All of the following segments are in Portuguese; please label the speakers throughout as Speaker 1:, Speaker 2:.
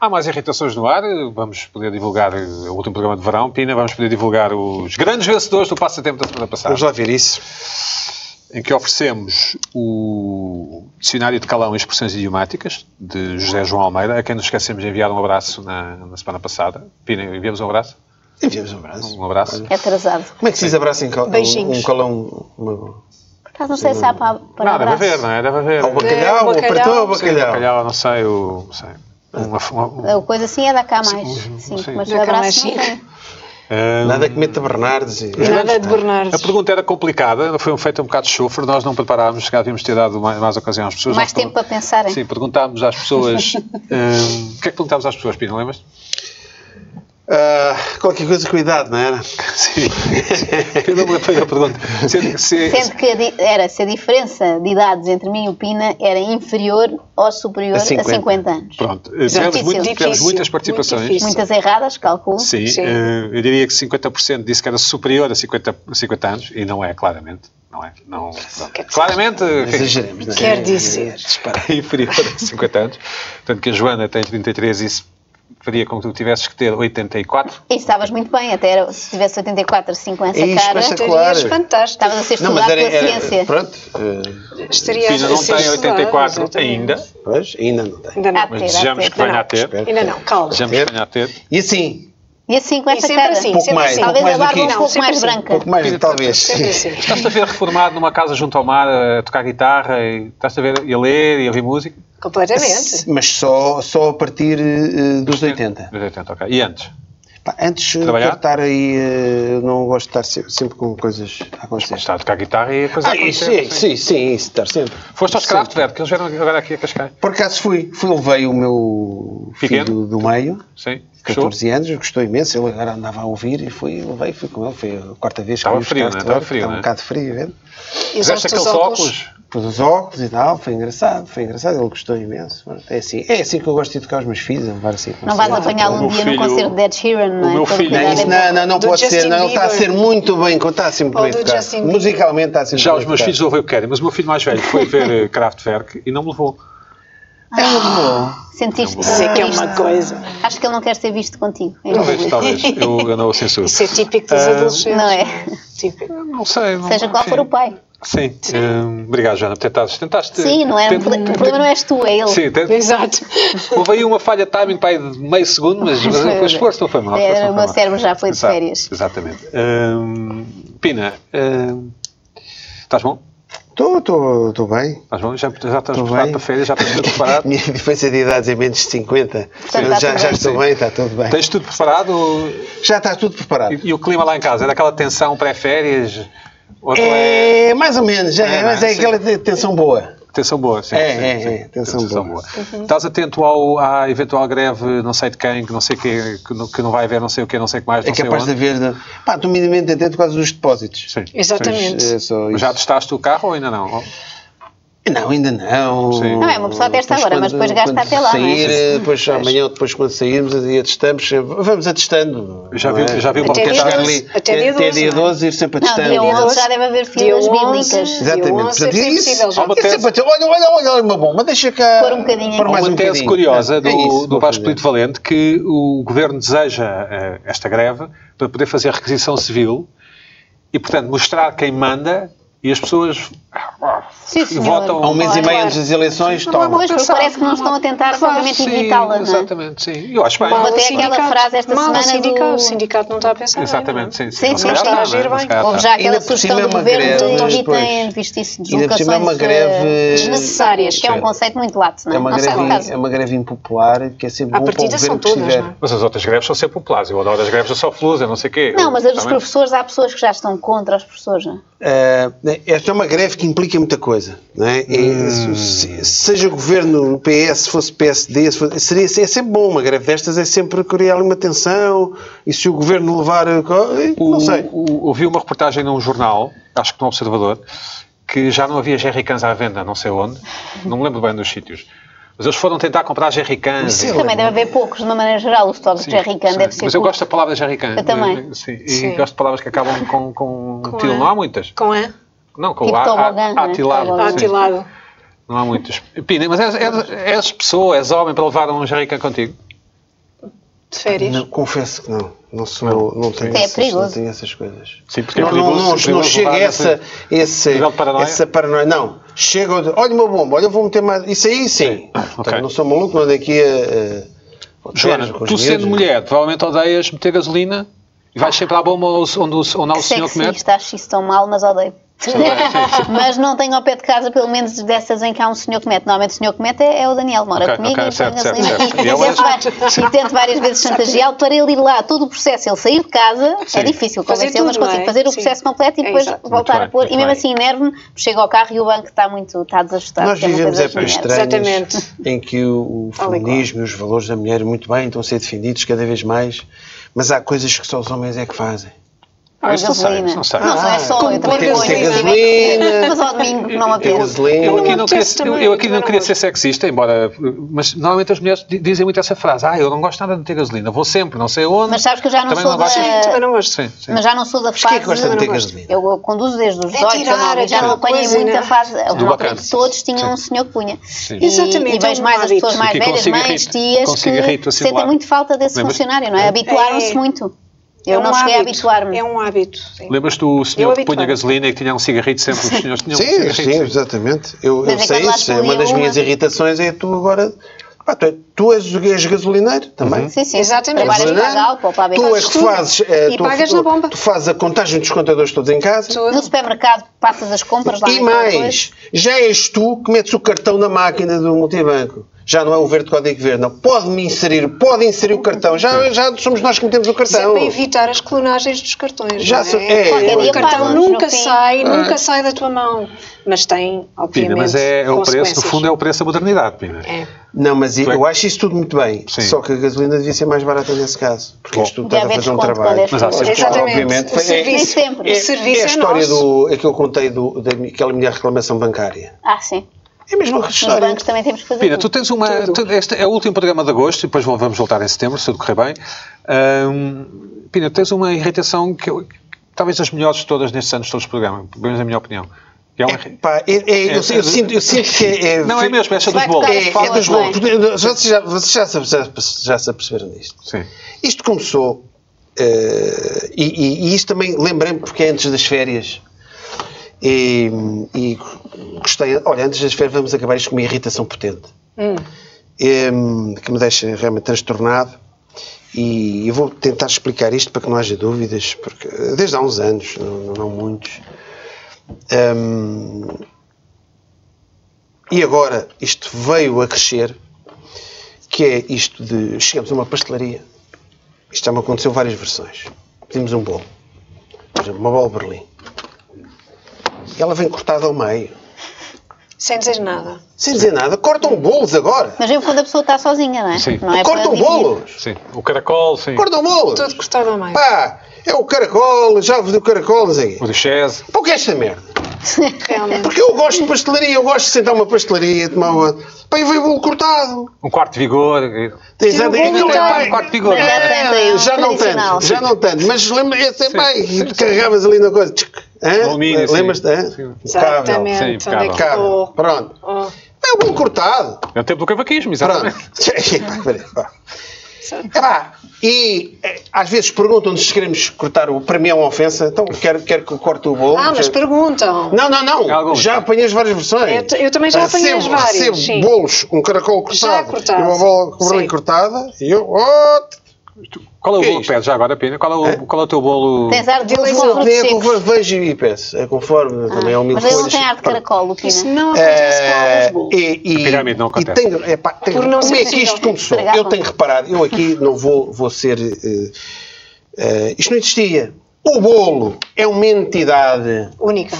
Speaker 1: Há mais irritações no ar. Vamos poder divulgar o último programa de verão. Pina, vamos poder divulgar os grandes vencedores do passatempo da semana passada.
Speaker 2: Vamos lá ver isso.
Speaker 1: Em que oferecemos o Dicionário de Calão e Expressões Idiomáticas, de José João Almeida, a quem nos esquecemos de enviar um abraço na, na semana passada. Pina, enviamos um abraço?
Speaker 2: Enviamos um abraço.
Speaker 1: Um abraço?
Speaker 3: É atrasado.
Speaker 2: Como é que se diz abraço em cal...
Speaker 4: Beijinhos.
Speaker 2: um calão? Uma...
Speaker 3: Por acaso não sei se há para, para
Speaker 1: Não, deve
Speaker 3: abraço.
Speaker 1: haver, não é? Deve haver.
Speaker 2: Ao bacalhau,
Speaker 4: É,
Speaker 2: ou
Speaker 4: bacalhau.
Speaker 2: apertou ao
Speaker 1: Sim,
Speaker 2: bacalhau.
Speaker 1: bacalhau, não sei, o... Não sei. Uma, uma,
Speaker 3: A coisa assim é da cá mais.
Speaker 1: Sim,
Speaker 3: Sim,
Speaker 1: sim.
Speaker 3: mas
Speaker 4: É Da cá mais,
Speaker 3: abraço
Speaker 4: sim.
Speaker 3: não é? tem.
Speaker 1: Ah,
Speaker 2: Nada que meta Bernardes e...
Speaker 4: é. Nada de
Speaker 1: A
Speaker 4: Bernardes.
Speaker 1: pergunta era complicada, foi um feito um bocado de chofre, nós não preparámos, se calhar devíamos ter dado mais, mais ocasião às pessoas. Nós
Speaker 3: Mais tempo
Speaker 1: pergun-
Speaker 3: para pensarem.
Speaker 1: Sim, perguntámos às pessoas. hum, o que é que perguntámos às pessoas, Pina, lembras?
Speaker 2: Ah, qualquer coisa com idade, não era?
Speaker 1: Sim. Eu não me lembro a pergunta. Se, é- se-
Speaker 3: Sendo que a di- era, se a diferença de idades entre mim e o Pina era inferior ou
Speaker 2: A
Speaker 3: superior a
Speaker 2: 50.
Speaker 3: 50, anos.
Speaker 1: pronto, eh, tivemos,
Speaker 3: Difícil.
Speaker 1: muito- tivemos muitas
Speaker 4: Difícil, muito
Speaker 1: participações.
Speaker 4: difícil.
Speaker 3: Muitas erradas, calculo.
Speaker 1: Sim,
Speaker 4: Sim.
Speaker 1: eh, eu diria que 50% disse que era superior a 50, 50 anos, e não é, claramente. Não é. Não, pronto. claramente. quem-
Speaker 2: Exageremos, não é?
Speaker 4: Quer dizer.
Speaker 2: É, dispara.
Speaker 1: inferior a 50 anos. Portanto, que a Joana tem 33 e isso faria com que tu tivesses que ter 84.
Speaker 3: E estavas muito bem, até era, se tivesse 84, 5 com essa
Speaker 2: É isto,
Speaker 3: cara,
Speaker 2: mas é-
Speaker 4: Estarias
Speaker 2: Claro.
Speaker 4: fantástica.
Speaker 3: estavas a ser estudado pela ciência.
Speaker 2: Pronto, eh,
Speaker 4: Estarias
Speaker 1: Pina não
Speaker 4: a ser
Speaker 1: tem
Speaker 4: estudada,
Speaker 1: 84
Speaker 4: exatamente.
Speaker 1: ainda,
Speaker 2: pois, ainda não tem.
Speaker 4: Ainda não.
Speaker 3: Ah,
Speaker 1: mas
Speaker 3: Terá,
Speaker 1: desejamos que
Speaker 3: terá.
Speaker 1: venha a ter.
Speaker 2: Espero.
Speaker 4: Ainda não, calma.
Speaker 1: Desejamos que venha a ter.
Speaker 2: E assim,
Speaker 3: E assim com
Speaker 4: E
Speaker 3: essa
Speaker 4: sempre
Speaker 3: cara.
Speaker 4: assim,
Speaker 2: pouco
Speaker 4: sempre
Speaker 2: mais,
Speaker 4: assim.
Speaker 2: pouco
Speaker 3: Talvez
Speaker 2: mais
Speaker 3: a
Speaker 2: do que
Speaker 3: barba um
Speaker 2: isso.
Speaker 4: Não,
Speaker 3: pouco mais
Speaker 4: sempre assim.
Speaker 2: Um
Speaker 3: branca.
Speaker 2: pouco mais, talvez.
Speaker 4: Sempre assim.
Speaker 1: Estás-te a ver reformado numa casa junto ao mar, a tocar guitarra, e estás-te a ver e a ler e a ouvir música?
Speaker 4: Completamente.
Speaker 2: Mas só, só a partir eh, dos 80.
Speaker 1: Dos 80, ok. E antes?
Speaker 2: Pá, antes eu
Speaker 1: Trabalhar?
Speaker 2: quero estar aí, eh, eu não gosto de estar se- sempre com coisas a acontecer.
Speaker 1: Estás a tocar guitarra e a coisa
Speaker 2: Ah, isso,
Speaker 1: aconteceu,
Speaker 2: sim, sim, sim, isso, estar sempre.
Speaker 1: Foste aos Kraftwerk, que eles vieram agora aqui a Cascais.
Speaker 2: Por acaso fui, fui levei o meu
Speaker 1: Pequeno?
Speaker 2: filho do meio,
Speaker 1: Sim, gostou?
Speaker 2: 14 anos, gostou imenso, ele agora andava a ouvir e fui, levei, fui com ele, foi a quarta vez que
Speaker 1: Estava
Speaker 2: vi os
Speaker 1: frio, não é?
Speaker 2: Kraftwerk,
Speaker 1: Estava frio,
Speaker 2: estava
Speaker 1: não é?
Speaker 2: um bocado frio, vendo?
Speaker 4: E
Speaker 1: Fizeste
Speaker 4: usaste
Speaker 1: aqueles
Speaker 4: os óculos.
Speaker 1: óculos?
Speaker 2: Pôs os óculos e tal, foi engraçado, foi engraçado, ele gostou imenso. Pronto, É assim, é assim que eu gosto de educar os meus filhos, a levar assim. com
Speaker 3: Não vais
Speaker 2: certeza.
Speaker 3: apanhá-lo
Speaker 1: O
Speaker 3: um dia
Speaker 1: filho-
Speaker 3: num concerto de Ed Sheeran, não
Speaker 1: o
Speaker 3: é?
Speaker 1: meu
Speaker 3: Com
Speaker 1: filho-
Speaker 3: cuidado
Speaker 2: Não,
Speaker 3: é
Speaker 2: isso
Speaker 3: bom.
Speaker 2: não, não, não
Speaker 4: Do
Speaker 2: pode
Speaker 4: Justin
Speaker 2: ser. Não, ele está a ser
Speaker 4: Bieber.
Speaker 2: muito bem, está a ser muito
Speaker 4: Ou
Speaker 2: bem
Speaker 4: do
Speaker 2: educado.
Speaker 4: Justin Bieber.
Speaker 2: Musicalmente está a ser
Speaker 1: Já os
Speaker 2: muito bem
Speaker 1: meus filhos
Speaker 2: educado.
Speaker 1: ouvem o que querem, mas o meu filho mais velho foi ver eh, Kraftwerk e não me levou.
Speaker 3: Sentiste
Speaker 4: Isso é que é uma coisa.
Speaker 3: Acho que ele não quer ser visto contigo. é em
Speaker 1: Talvez,
Speaker 3: público.
Speaker 1: talvez. Eu, eu não o censuro.
Speaker 4: Isso é típico dos
Speaker 1: Ah,
Speaker 4: adolescentes.
Speaker 3: Não é?
Speaker 4: Típico.
Speaker 1: Não sei. Não,
Speaker 3: Seja qual
Speaker 1: enfim.
Speaker 3: for o pai.
Speaker 1: Sim. Hum, obrigado, Joana. Tentaste. tentaste
Speaker 3: Sim, não era. O
Speaker 1: tent-
Speaker 3: problema não és tu, é ele.
Speaker 1: Sim, tent-
Speaker 4: Exato.
Speaker 1: houve aí uma falha de timing para aí de meio segundo, mas, mas foi esforço, não foi mal.
Speaker 3: Era,
Speaker 1: esforço não
Speaker 3: o
Speaker 1: foi
Speaker 3: meu
Speaker 1: mal.
Speaker 3: cérebro já foi de
Speaker 1: Exato,
Speaker 3: férias.
Speaker 1: Exatamente. Hum, Pina, hum, estás bom?
Speaker 2: Estou, estou, estou bem.
Speaker 1: Estás bom? Já, já estás
Speaker 2: Estou
Speaker 1: preparado
Speaker 2: bem.
Speaker 1: para férias, já estás tudo
Speaker 2: A
Speaker 1: preparado?
Speaker 2: minha diferença de idades é menos de 50. já,
Speaker 3: está tudo
Speaker 2: já
Speaker 3: bem.
Speaker 2: estou bem, está tudo bem.
Speaker 1: Tens tudo preparado?
Speaker 2: Já está tudo preparado.
Speaker 1: E, e o clima lá em casa? Era aquela tensão pré-férias? Ou tu é...
Speaker 2: É, mais ou menos, já,
Speaker 1: É,
Speaker 2: é,
Speaker 1: não é?
Speaker 2: mas é
Speaker 1: Sim.
Speaker 2: aquela te- tensão boa.
Speaker 1: Tensão boa, sim.
Speaker 2: É,
Speaker 1: sim,
Speaker 2: é,
Speaker 1: sim.
Speaker 2: é, tensão boa.
Speaker 3: Uhum.
Speaker 1: Estás atento ao, à eventual greve, não sei de quem, que não sei quê, que, não, que não vai haver, não sei o quê, não sei o que mais,
Speaker 2: É
Speaker 1: não sei
Speaker 2: capaz de
Speaker 1: onde.
Speaker 2: haver. de- Pá, estou minimamente atento por causa dos depósitos.
Speaker 1: Sim.
Speaker 4: Exatamente.
Speaker 2: É só
Speaker 1: Mas
Speaker 2: isso.
Speaker 1: Já testaste o carro ou ainda não?
Speaker 2: Não, ainda não.
Speaker 1: Sim. Não,
Speaker 3: é uma pessoa testa agora, mas depois gasta
Speaker 2: quando
Speaker 3: até lá, não é?
Speaker 2: Sair, eh, depois amanhã ou depois quando sairmos e atestamos, eh, vamos atestando.
Speaker 1: Já
Speaker 2: não
Speaker 1: viu-
Speaker 2: é?
Speaker 1: já viu
Speaker 2: Até
Speaker 1: qualquer
Speaker 2: dia
Speaker 1: coisa?
Speaker 2: 12,
Speaker 4: Até dia
Speaker 2: Até dia
Speaker 4: 12, não é?
Speaker 2: 12 ir sempre
Speaker 3: Não,
Speaker 2: atestando.
Speaker 3: dia 11 já deve haver
Speaker 4: Dia
Speaker 3: filas
Speaker 4: 11,
Speaker 3: bíblicas.
Speaker 4: dia
Speaker 2: Exatamente.
Speaker 4: 11
Speaker 2: Já
Speaker 4: é sempre
Speaker 2: disse.
Speaker 4: possível, já.
Speaker 1: Há uma
Speaker 2: Eu
Speaker 1: tese-
Speaker 2: sempre atendo, olha, olha, olha, olha, uma bomba, deixa cá.
Speaker 3: Pôr um bocadinho
Speaker 2: pôr
Speaker 3: aqui.
Speaker 1: Há
Speaker 2: mais
Speaker 1: uma
Speaker 2: um
Speaker 1: tese
Speaker 2: bocadinho.
Speaker 1: curiosa
Speaker 2: É
Speaker 1: do,
Speaker 2: isso,
Speaker 1: do
Speaker 2: vou
Speaker 1: Vasco
Speaker 2: fazer.
Speaker 1: Polito Valente que o governo deseja eh, esta greve para poder fazer requisição civil e, portanto, mostrar quem manda e as pessoas
Speaker 3: Sim, senhor.
Speaker 1: votam
Speaker 2: Há um mês e meio
Speaker 3: Claro.
Speaker 2: antes das eleições, toma.
Speaker 3: Pois, porque parece que não estão a tentar propriamente
Speaker 1: Sim,
Speaker 3: evitá-la, não é?
Speaker 1: Exatamente, sim. Eu acho bem.
Speaker 3: Mal
Speaker 4: o
Speaker 3: até
Speaker 4: sindicato.
Speaker 3: aquela frase esta
Speaker 4: Mal o
Speaker 3: semana
Speaker 4: sindicato.
Speaker 3: do-
Speaker 4: O sindicato não está a pensar. bem,
Speaker 1: Exatamente,
Speaker 4: não é?
Speaker 1: sim. Mas
Speaker 3: Sim, sim,
Speaker 1: se calhar
Speaker 3: está
Speaker 1: está,
Speaker 3: a
Speaker 4: agir
Speaker 1: mas se
Speaker 4: bem.
Speaker 1: calhar
Speaker 3: Houve
Speaker 1: está.
Speaker 3: já
Speaker 2: Ainda
Speaker 3: aquela
Speaker 2: por
Speaker 3: sugestão
Speaker 2: cima é
Speaker 3: do
Speaker 2: uma
Speaker 3: governo
Speaker 2: greve,
Speaker 3: de
Speaker 2: mas
Speaker 3: evitem
Speaker 2: depois-
Speaker 3: vestir-se de
Speaker 2: Ainda por cima é uma
Speaker 3: deslocações eh,
Speaker 2: greve-
Speaker 3: desnecessárias, que é um
Speaker 2: Sim.
Speaker 3: conceito muito lato, não
Speaker 2: É
Speaker 3: é?
Speaker 2: uma,
Speaker 3: Não sei por
Speaker 2: greve,
Speaker 3: acaso.
Speaker 2: é uma greve impopular que é sempre
Speaker 4: À
Speaker 2: bom para o
Speaker 4: partida são
Speaker 2: governo que
Speaker 4: todas,
Speaker 2: estiver.
Speaker 4: não é?
Speaker 1: Mas as outras greves são sempre populares. Eu adoro as greves do Só Flus, eu não sei o quê.
Speaker 3: Não, mas
Speaker 1: Eu
Speaker 2: Tá
Speaker 3: as dos
Speaker 1: também-
Speaker 3: professores, há pessoas que já estão contra os professores, não é?
Speaker 2: Eh, esta é uma greve que implica muita coisa, não é? E se- seja o governo PS, se fosse PSD, se fosse- seria, é sempre bom uma greve destas, é sempre criar ali uma tensão e se o governo levar, eh, co- eh,
Speaker 1: O-
Speaker 2: não sei.
Speaker 1: o- ouvi uma reportagem num jornal, acho que num observador, que já não havia jerrycans à venda, não sei onde, não me lembro bem dos sítios. Mas eles foram tentar comprar jerrycans. e-
Speaker 3: Também deve haver poucos, de uma maneira geral, o estoque de Jerry Can
Speaker 1: sim.
Speaker 3: deve ser
Speaker 1: Mas eu
Speaker 3: curto.
Speaker 1: gosto da palavra jerrycan. Eh,
Speaker 3: Eu também.
Speaker 1: Sim, e
Speaker 4: Sim.
Speaker 1: gosto de palavras que acabam com, com,
Speaker 4: Com
Speaker 1: til.
Speaker 4: A.
Speaker 1: Não há muitas.
Speaker 4: Com é?
Speaker 1: Não, com
Speaker 3: Tipo
Speaker 1: a, a,
Speaker 3: tobogã, não é?
Speaker 1: atilado,
Speaker 3: Tobogã.
Speaker 1: sim.
Speaker 4: Ah, atilado.
Speaker 1: Não há muitas. Pina, mas és, és, és pessoa, és homem para levar um jerrycan contigo?
Speaker 4: De férias?
Speaker 2: Não, confesso que não. Não, sou, não, tenho,
Speaker 3: Até é
Speaker 2: essas, não
Speaker 3: perigoso.
Speaker 2: tenho essas coisas.
Speaker 1: Sim, porque é
Speaker 2: não,
Speaker 1: perigoso-
Speaker 2: não, não,
Speaker 1: perigoso
Speaker 2: não
Speaker 1: levar
Speaker 2: chega a
Speaker 1: nesse-
Speaker 2: essa, esse,
Speaker 1: nível de paranoia?
Speaker 2: essa paranoia. Não. Chega, ao de, olha uma bomba, olha, eu vou meter mais. Isso aí sim. Portanto, não sou maluco, não ando aqui a. a-
Speaker 1: Joana,
Speaker 2: eh, com os
Speaker 1: tu sendo
Speaker 2: miúdos.
Speaker 1: mulher, provavelmente odeias meter gasolina e vais sempre à bomba onde, onde, o- onde há o senhor que mete.
Speaker 3: Sexista, acho isso tão mal, mas odeio. mas não tenho ao pé de casa, pelo menos dessas em que há um senhor que mete. Normalmente o senhor que mete é, é o Daniel, mora
Speaker 1: Ok,
Speaker 3: comigo
Speaker 1: ok,
Speaker 3: e, põe
Speaker 1: certo, certo,
Speaker 3: gasolina.
Speaker 1: certo.
Speaker 3: E
Speaker 1: E é o
Speaker 3: tento várias- e tento várias vezes chantageá-lo para ele ir lá. Todo o processo, ele sair de casa,
Speaker 1: Sim.
Speaker 3: é difícil
Speaker 4: Fazer
Speaker 3: convencê-lo, mas
Speaker 4: tudo, não
Speaker 3: consigo
Speaker 4: é?
Speaker 3: fazer o
Speaker 4: Sim.
Speaker 3: processo completo e
Speaker 4: É,
Speaker 3: depois
Speaker 4: exato.
Speaker 1: Muito
Speaker 3: voltar
Speaker 1: bem,
Speaker 3: a pôr.
Speaker 1: muito
Speaker 3: E mesmo
Speaker 1: bem.
Speaker 3: assim, enervo-me, chego ao carro e o banco está muito está desajustado.
Speaker 2: Nós
Speaker 3: que é uma
Speaker 2: vivemos
Speaker 3: coisa
Speaker 2: épocas
Speaker 3: genérica.
Speaker 2: estranhas
Speaker 4: Exatamente.
Speaker 2: em que o, o
Speaker 4: Ao
Speaker 2: feminismo e os valores da mulher, muito bem, estão a ser defendidos cada vez mais, mas há coisas que só os homens é que fazem. Ah,
Speaker 1: Ah,
Speaker 3: Ou
Speaker 1: isso não sei,
Speaker 3: gasolina.
Speaker 1: isso não sei.
Speaker 3: Não, é só, eu também
Speaker 4: Compor
Speaker 3: ponho,
Speaker 4: gasolina.
Speaker 3: se tiver que
Speaker 2: Gasolina.
Speaker 3: ser. é? Mas ao domingo não me
Speaker 2: Tem
Speaker 3: apetece.
Speaker 2: gasolina,
Speaker 1: Eu aqui,
Speaker 4: Eu
Speaker 1: não queria,
Speaker 4: detesto
Speaker 1: eu-
Speaker 4: também,
Speaker 1: eu aqui não
Speaker 4: claro.
Speaker 1: queria ser sexista, embora. Mas normalmente as mulheres di- dizem muito essa frase: Ah, eu não gosto nada de ter gasolina, vou sempre, não sei onde.
Speaker 3: Mas sabes que eu já não
Speaker 1: Também
Speaker 3: sou
Speaker 1: não gosto.
Speaker 3: da-
Speaker 4: Sim, também não gosto.
Speaker 1: Sim, sim.
Speaker 3: Mas já não sou da
Speaker 2: Mas quem é que
Speaker 3: fase.
Speaker 2: gosta de ter
Speaker 4: não gosto.
Speaker 2: gasolina?
Speaker 3: Eu conduzo desde os
Speaker 4: É
Speaker 3: 18,
Speaker 4: tirar
Speaker 3: 19 já não
Speaker 4: aquela
Speaker 3: apanhei
Speaker 4: coisa,
Speaker 3: muita
Speaker 4: né?
Speaker 3: fase.
Speaker 1: Do
Speaker 3: Na altura
Speaker 1: bacana.
Speaker 3: que todos tinham
Speaker 1: Sim.
Speaker 3: um senhor que punha.
Speaker 1: Sim.
Speaker 3: E,
Speaker 4: Exatamente,
Speaker 3: e vejo
Speaker 4: é um
Speaker 3: mais as pessoas
Speaker 4: hábito.
Speaker 3: mais
Speaker 1: E com
Speaker 3: velhas,
Speaker 1: cigarrito,
Speaker 3: mães, tias,
Speaker 1: com cigarrito
Speaker 3: que
Speaker 1: assim do
Speaker 3: sentem
Speaker 1: lado.
Speaker 3: muito falta desse
Speaker 1: Lembras-te?
Speaker 3: funcionário, não é? Habituaram-se
Speaker 4: É.
Speaker 3: muito. Eu
Speaker 4: É
Speaker 3: não
Speaker 4: um
Speaker 3: cheguei
Speaker 4: hábito.
Speaker 3: a habituar-me.
Speaker 4: É um hábito. sim.
Speaker 1: Lembras-te do
Speaker 4: Eu
Speaker 1: senhor que punha
Speaker 4: habituava.
Speaker 1: gasolina e que tinha um cigarrito sempre? Os senhores tinham um
Speaker 2: Sim, sim,
Speaker 1: cigarrito.
Speaker 2: exatamente. Eu,
Speaker 3: Mas
Speaker 2: eu
Speaker 3: é
Speaker 2: sei
Speaker 3: quando lá
Speaker 2: isso. É uma das
Speaker 3: escolhiam
Speaker 2: minhas
Speaker 3: uma.
Speaker 2: irritações é tu agora. Pá, tu, é, tu és, és gasolineiro também.
Speaker 3: Sim, sim.
Speaker 4: Exatamente.
Speaker 3: Trabalhas para
Speaker 2: Gasolineiro.
Speaker 3: a Galpa ou para a BK.
Speaker 2: Tu és que
Speaker 4: tudo.
Speaker 2: fazes. eh,
Speaker 4: E
Speaker 2: tu,
Speaker 4: pagas
Speaker 2: tu-
Speaker 4: na bomba.
Speaker 2: Tu fazes a contagem dos contadores todos em casa.
Speaker 3: No supermercado passas as compras lá
Speaker 2: E
Speaker 3: naquela coisa.
Speaker 2: mais, já és tu que metes o cartão na máquina do multibanco. Já não é o verde código verde, não. Pode-me inserir, pode inserir o cartão. Já, já somos nós que metemos o
Speaker 4: Isso é
Speaker 2: cartão.
Speaker 4: para evitar as clonagens dos cartões.
Speaker 2: Já
Speaker 4: não
Speaker 2: sou- é,
Speaker 4: é?
Speaker 2: Qualquer
Speaker 3: dia
Speaker 4: o cartão
Speaker 3: pagas,
Speaker 4: nunca
Speaker 3: no fim.
Speaker 4: sai, nunca sai da tua mão. Mas tem, obviamente.
Speaker 1: Pina, mas é, é o preço, no
Speaker 4: consequências.
Speaker 1: fundo, é o preço da modernidade, Pina.
Speaker 4: É.
Speaker 2: Não, mas eu,
Speaker 1: Tu é-
Speaker 2: eu acho isso tudo muito bem.
Speaker 1: Sim.
Speaker 2: Só que a gasolina devia ser mais barata nesse caso. Porque
Speaker 1: Bom.
Speaker 2: és tu que estás a
Speaker 3: Deve
Speaker 2: fazer um
Speaker 3: desconto
Speaker 2: trabalho.
Speaker 3: quando és
Speaker 1: Mas há sempre-
Speaker 2: Claro,
Speaker 4: Exatamente.
Speaker 2: obviamente,
Speaker 4: O
Speaker 2: é-
Speaker 4: serviço,
Speaker 3: Nem sempre.
Speaker 2: é,
Speaker 4: O
Speaker 2: é
Speaker 4: serviço
Speaker 2: a
Speaker 4: é,
Speaker 2: história
Speaker 4: nosso.
Speaker 2: do, é que eu contei do, daquela minha reclamação bancária.
Speaker 3: Ah, sim.
Speaker 2: É a mesma
Speaker 3: Nos
Speaker 2: história.
Speaker 3: bancos também temos que fazer.
Speaker 1: Pina, tu
Speaker 3: tudo.
Speaker 1: tens uma. tu- este é o último programa de agosto, e depois vamos- vamos voltar em setembro, se tudo correr bem. Ahm, Pina, tu tens uma irritação que eu- que talvez as melhores de todas nestes anos, de todos os programas, pelo menos na minha opinião. Que é uma-
Speaker 2: Pá, é- é- eu,
Speaker 1: É-
Speaker 2: sei- eu sinto, eu sinto que é. é-
Speaker 1: Não é mesmo, é essa
Speaker 3: Vai
Speaker 1: dos bolos.
Speaker 3: tocar
Speaker 2: É,
Speaker 3: as
Speaker 2: é
Speaker 3: bolas,
Speaker 2: dos
Speaker 3: não é?
Speaker 2: loucos. Vocês já, vocês já, se- já, já se aperceberam disto.
Speaker 1: Sim.
Speaker 2: Isto começou, eh, e, e- e isto também lembrei-me porque é antes das férias. E, e gostei, olha, antes das férias vamos acabar isto com uma irritação potente
Speaker 4: Hum.
Speaker 2: em, Ehm, que me deixa realmente transtornado. E eu vou tentar explicar isto para que não haja dúvidas, porque eh, desde há uns anos, não, não muitos. Em, e agora isto veio a crescer, que é isto de chegamos a uma pastelaria. Isto já me aconteceu várias versões. Pedimos um bolo, por exemplo, uma bola Berlim. E ela vem cortada ao meio.
Speaker 4: Sem dizer nada.
Speaker 2: Sem dizer nada, cortam bolos agora!
Speaker 3: Mas no fundo a pessoa está sozinha, não é?
Speaker 1: Sim.
Speaker 3: Não é para
Speaker 2: cortam
Speaker 3: dividir.
Speaker 2: bolos!
Speaker 1: Sim. O caracol, sim.
Speaker 2: Cortam bolos!
Speaker 4: Tudo cortado a meio.
Speaker 2: Pá, é o caracol, já ouvi do caracol, não sei o quê.
Speaker 1: O duchesse.
Speaker 2: Para o que é esta merda?
Speaker 4: Realmente.
Speaker 2: Porque eu gosto de pastelaria, eu gosto de sentar uma pastelaria, tomar uma... Pá, e veio o bolo cortado.
Speaker 1: Um quarto de vigor. e-
Speaker 2: Tens
Speaker 4: Tira o
Speaker 2: a-
Speaker 4: bolo
Speaker 2: aquilo é,
Speaker 4: cortado.
Speaker 2: pá,
Speaker 1: Quarto de vigor.
Speaker 2: é,
Speaker 3: Já tem, tem um
Speaker 2: já não
Speaker 3: tradicional.
Speaker 2: tanto, já não tanto. Mas lembra, esse é,
Speaker 1: Sim,
Speaker 2: pá,
Speaker 1: sim,
Speaker 2: e
Speaker 1: sim.
Speaker 2: carregavas ali na coisa. tchic, hã?
Speaker 1: Alumínio, sim.
Speaker 2: Lembras-te? hã?
Speaker 1: Sim.
Speaker 2: Impecável.
Speaker 1: Sim,
Speaker 4: Exatamente. Onde é que
Speaker 2: Impecável.
Speaker 4: estou?
Speaker 2: Pronto.
Speaker 4: Oh,
Speaker 2: É o bolo cortado.
Speaker 1: É o tempo do cavaquismo, exatamente.
Speaker 2: Pronto. Espera aí, pá.
Speaker 4: certo.
Speaker 2: Epá, e eh, às vezes perguntam-nos se queremos cortar o. Para mim é uma ofensa, então quero, quero que eu corte o bolo.
Speaker 4: Ah, mas
Speaker 2: Já-
Speaker 4: perguntam.
Speaker 2: Não, não, não.
Speaker 1: Algumas.
Speaker 2: Já apanhei as várias versões.
Speaker 4: Eu t- eu também já apanhei
Speaker 2: recebo,
Speaker 4: as várias,
Speaker 2: Recebo
Speaker 4: sim.
Speaker 2: bolos, um caracol
Speaker 4: Já
Speaker 2: cortado,
Speaker 4: cortado.
Speaker 2: e uma bola com
Speaker 4: Sim.
Speaker 2: berlim cortada e eu. Oh,
Speaker 1: Qual é o
Speaker 2: Que é
Speaker 1: bolo que
Speaker 2: isto?
Speaker 1: pedes já agora, Pina? Qual é o, qual é o teu bolo?
Speaker 3: Tens ar de
Speaker 4: De
Speaker 3: bolos
Speaker 4: eleição.
Speaker 3: com frutos
Speaker 2: é conforme
Speaker 3: secos.
Speaker 2: vejo e peço. É conforme
Speaker 4: Ah.
Speaker 2: também é humilde.
Speaker 3: Mas ele não
Speaker 2: folhas.
Speaker 3: tem ar de caracol, o
Speaker 4: Isso
Speaker 3: Pina.
Speaker 4: não acontece
Speaker 2: É,
Speaker 4: com alguns bolos.
Speaker 2: e, e,
Speaker 1: A pirâmide não
Speaker 2: e
Speaker 1: acontece.
Speaker 2: tenho, é pá, tenho-
Speaker 4: Por não
Speaker 2: como
Speaker 4: ser
Speaker 2: é que isto
Speaker 4: possível.
Speaker 2: começou?
Speaker 3: Pregavam.
Speaker 2: Eu tenho reparado, eu aqui não vou, vou ser. eh, eh, isto não existia. O bolo é uma entidade.
Speaker 4: Única.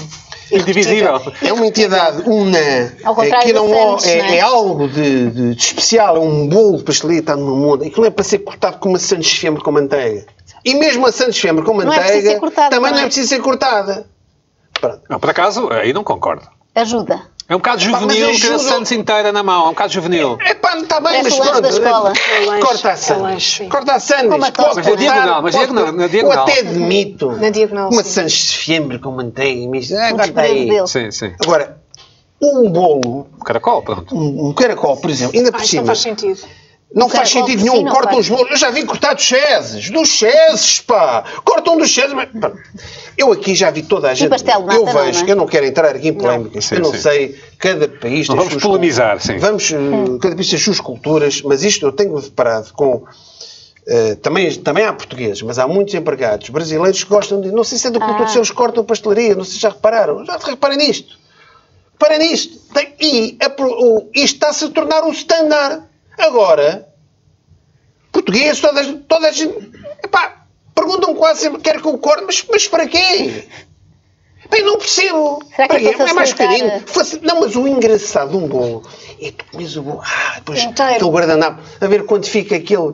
Speaker 1: Indivisível.
Speaker 2: É uma entidade, una.
Speaker 3: Ao contrário
Speaker 2: Aquilo é,
Speaker 3: dos
Speaker 2: um-
Speaker 3: Santos,
Speaker 2: é-
Speaker 3: não é?
Speaker 2: é algo de, de- de especial, é um bolo de pastelaria está numa moda. Aquilo é para ser cortado com uma Santos Fembre com manteiga. E mesmo a Santos Fembre com
Speaker 3: Não é preciso
Speaker 2: manteiga
Speaker 3: ser cortada,
Speaker 2: também não
Speaker 3: não
Speaker 2: é
Speaker 3: é?
Speaker 2: preciso ser cortada. Pronto.
Speaker 1: Não, por acaso, aí não concordo.
Speaker 3: Ajuda.
Speaker 1: É um bocado
Speaker 2: mas
Speaker 1: juvenil
Speaker 2: eu
Speaker 1: ter a
Speaker 2: juro-
Speaker 1: Santos inteira na mão. É um bocado juvenil.
Speaker 2: É pá, está bem,
Speaker 3: Parece
Speaker 2: mas
Speaker 3: o lanche
Speaker 2: pronto.
Speaker 3: da escola.
Speaker 4: É o lanche,
Speaker 2: Corta
Speaker 4: é
Speaker 2: a
Speaker 4: o
Speaker 2: Sandes.
Speaker 4: lanche, sim.
Speaker 2: Corta a Sandes.
Speaker 3: Como a
Speaker 2: Pode
Speaker 3: tosta. Mas na
Speaker 2: cortar,
Speaker 1: diagonal, mas é
Speaker 2: pode
Speaker 1: diagonal,
Speaker 2: cortar.
Speaker 1: na
Speaker 2: Eu
Speaker 1: diagonal.
Speaker 2: até admito.
Speaker 4: Na diagonal,
Speaker 2: Uma
Speaker 4: sim.
Speaker 2: Sandes de fiambre com manteiga e misto. Ah,
Speaker 3: Um
Speaker 2: corta aí.
Speaker 3: desprezo dele.
Speaker 1: Sim, sim.
Speaker 2: Agora, um bolo,
Speaker 1: O caracol, pronto.
Speaker 2: um um caracol, por exemplo, ainda
Speaker 4: Ah,
Speaker 2: por
Speaker 4: isto não
Speaker 2: cima,
Speaker 4: faz sentido.
Speaker 2: Não
Speaker 3: Cara,
Speaker 2: faz sentido
Speaker 3: sim,
Speaker 2: nenhum.
Speaker 3: não
Speaker 2: Cortam
Speaker 3: faz.
Speaker 2: os molhos. Eu já vi cortar dos chezes. Dos chezes, pá. Cortam dos chezes. Mas, pá, eu aqui já vi toda a gente.
Speaker 3: pastel de nata
Speaker 2: eu
Speaker 3: não,
Speaker 2: vejo.
Speaker 3: não é?
Speaker 2: Eu não quero entrar aqui em polémicas.
Speaker 1: Sim,
Speaker 2: eu não
Speaker 1: sim.
Speaker 2: sei. Cada país
Speaker 1: Não
Speaker 2: tem
Speaker 1: vamos
Speaker 2: suas
Speaker 1: polemizar,
Speaker 2: culturas.
Speaker 1: sim.
Speaker 2: Vamos, eh, cada país tem suas culturas. Mas isto eu tenho deparado com... eh, também, também há portugueses, mas há muitos empregados brasileiros que gostam de. Não sei se é da cultura
Speaker 3: Ah.
Speaker 2: dos seus cortam pastelaria, não sei se já repararam. Já reparem nisto. Para nisto. Tem- E a pro- o- isto está-se a tornar um standard. Agora, português, toda, a- toda a gente. Epá, perguntam quase sempre: quer que eu corte? Mas, mas para quê? Bem, não percebo.
Speaker 3: Será que
Speaker 2: para
Speaker 3: é para
Speaker 2: quê? É mais
Speaker 3: facilitar?
Speaker 2: carinho. Faci- Não, mas o engraçado de um bolo é tu comes o bolo. Ah, depois
Speaker 4: Inteiro.
Speaker 2: estou guardanapo. A ver quando fica aquele.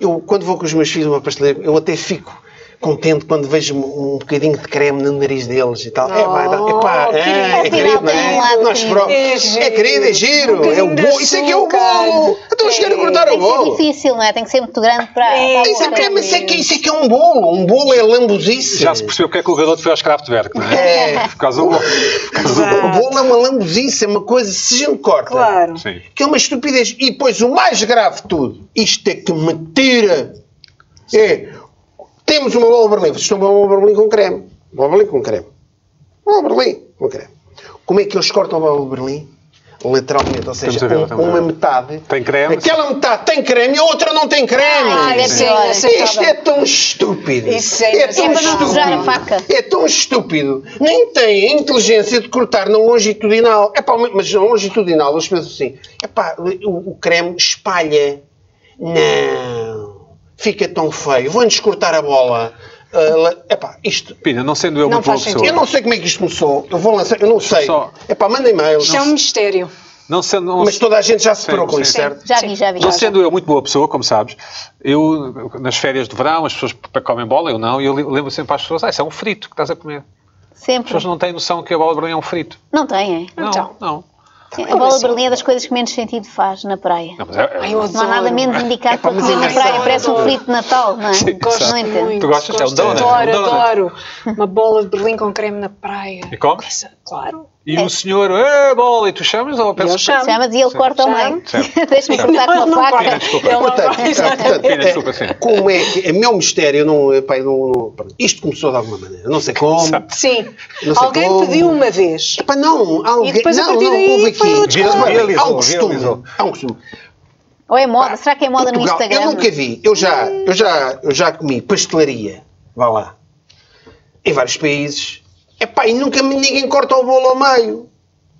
Speaker 2: Eu, quando vou com os meus filhos a uma pasteleira, eu até fico. Contente quando vejo um um bocadinho de creme no nariz deles e tal. é, pá,
Speaker 4: Oh,
Speaker 2: é, pá,
Speaker 4: querido.
Speaker 2: é, é
Speaker 3: Afinal,
Speaker 2: querido, não
Speaker 3: tem um
Speaker 2: é?
Speaker 3: lado
Speaker 2: Nós
Speaker 3: querido.
Speaker 2: próprios.
Speaker 4: É
Speaker 2: É
Speaker 4: giro.
Speaker 2: querido, é
Speaker 4: Um
Speaker 2: giro. É
Speaker 4: bocadinho
Speaker 2: o
Speaker 4: de
Speaker 2: bolo. Isso é que é o
Speaker 4: açúcar.
Speaker 2: bolo. Então eles querem
Speaker 4: É.
Speaker 2: cortar o
Speaker 3: Tem que ser
Speaker 2: bolo.
Speaker 3: difícil, não é? Tem que ser muito grande para.
Speaker 4: É,
Speaker 3: para a
Speaker 2: Isso é,
Speaker 3: boca.
Speaker 2: que é, mas isso é que, isso é que é um bolo. Um bolo é lambuzice.
Speaker 1: Já se percebeu porque é que o garoto foi ao Kraftwerk, não é?
Speaker 2: É.
Speaker 1: Por causa do. Por causa do-
Speaker 2: O bolo é uma lambuzice, é uma coisa, se a gente corta.
Speaker 4: Claro.
Speaker 1: Sim.
Speaker 2: Que é uma estupidez. E depois o mais grave de tudo, isto é que me tira. É, temos uma bola berlim. Vocês estão uma bola berlim com creme. Bola berlim com creme. Bola berlim com creme. Como é que eles cortam a bola berlim? Lateralmente, ou seja,
Speaker 1: Estamos a ver,
Speaker 2: um-
Speaker 1: estamos a
Speaker 2: uma
Speaker 1: ver.
Speaker 2: metade.
Speaker 1: Tem creme?
Speaker 2: Aquela metade tá, tem creme e a outra não tem creme.
Speaker 3: Ah,
Speaker 4: Ai,
Speaker 3: é
Speaker 4: sim,
Speaker 3: pior.
Speaker 4: sim.
Speaker 2: Isto é tão estúpido.
Speaker 4: Isso é
Speaker 2: tão
Speaker 3: engraçado. Sempre não usar a faca.
Speaker 2: É tão estúpido. Nem tem a inteligência de cortar na longitudinal. Epá, mas na longitudinal eles pensam assim: epá, o, o creme espalha. Não. Fica tão feio. Vou antes cortar a bola. Ah, la- epá, isto.
Speaker 1: Pina, não sendo eu
Speaker 4: Não
Speaker 1: muito boa
Speaker 4: faz
Speaker 1: pessoa.
Speaker 4: sentido.
Speaker 2: Eu não sei como é que isto começou. Eu vou lançar. Eu não sei.
Speaker 1: Só-
Speaker 2: Epá, mandem mail.
Speaker 4: Isto é um mistério.
Speaker 1: Não sendo. não-
Speaker 2: Mas toda a gente já se
Speaker 1: Sim,
Speaker 2: parou com
Speaker 1: sim.
Speaker 2: isso, certo?
Speaker 3: Já
Speaker 4: Sim.
Speaker 3: vi, já vi.
Speaker 1: Não sendo eu muito boa pessoa, como sabes, eu, nas férias de verão, as pessoas p- comem bola, eu não, e eu li- lembro sempre às pessoas, ah, isso é um frito que estás a comer. As
Speaker 3: Sempre.
Speaker 1: pessoas não têm noção que a bola de berlim é um frito.
Speaker 3: Não tem, é?
Speaker 1: Não,
Speaker 4: Então.
Speaker 1: não.
Speaker 3: A bola
Speaker 4: assim?
Speaker 3: berlim é das coisas que menos sentido faz na praia.
Speaker 1: Não, mas é- é-
Speaker 4: Ai, eu
Speaker 3: Não há nada
Speaker 4: adoro.
Speaker 3: menos indicado
Speaker 2: Epá,
Speaker 3: para
Speaker 2: mas
Speaker 3: comer na
Speaker 2: eu
Speaker 3: praia.
Speaker 2: adoro.
Speaker 3: Parece um frito de Natal, não é?
Speaker 1: Sim,
Speaker 4: Gosto
Speaker 3: não entendo.
Speaker 4: muito.
Speaker 1: Tu gostas? É um
Speaker 4: gosto,
Speaker 1: donut,
Speaker 4: Adoro,
Speaker 1: é um donut.
Speaker 4: adoro. Uma bola de berlim com creme na praia.
Speaker 1: E comes?
Speaker 4: Coisa- Claro.
Speaker 1: E o senhor, é bola, e tu chamas ou
Speaker 4: Eu
Speaker 1: peças?
Speaker 4: chamo.
Speaker 3: Chamas e ele corta ao meio.
Speaker 1: Sim.
Speaker 3: Deixa-me
Speaker 1: Sim.
Speaker 3: cortar com
Speaker 4: Não,
Speaker 3: uma
Speaker 4: não
Speaker 3: faca.
Speaker 4: corta.
Speaker 1: desculpa.
Speaker 4: Ele não
Speaker 2: Portanto,
Speaker 4: gosta.
Speaker 2: portanto,
Speaker 1: Pina,
Speaker 2: é-
Speaker 1: desculpa, sim.
Speaker 2: como é que. É meu mistério, eu não, epá, eu não- não- pronto. isto começou de alguma maneira. Eu Não sei como.
Speaker 1: Sabe.
Speaker 4: Sim.
Speaker 2: Não sei
Speaker 4: Alguém
Speaker 2: como.
Speaker 4: pediu uma vez.
Speaker 2: Epá, não, alguém.
Speaker 4: depois, a
Speaker 2: não,
Speaker 4: partir
Speaker 2: não,
Speaker 4: daí,
Speaker 2: houve aqui.
Speaker 4: foi outro
Speaker 1: Viralizou,
Speaker 2: Repara, há um
Speaker 1: viralizou,
Speaker 2: costume.
Speaker 1: viralizou.
Speaker 2: Há um costume.
Speaker 3: Ou é moda? Será que é moda no
Speaker 2: Portugal,
Speaker 3: Instagram?
Speaker 2: Eu nunca vi. Eu já, eu já, eu já comi pastelaria. Vá lá. Em vários países. Epá, e nunca me- ninguém corta o bolo ao meio.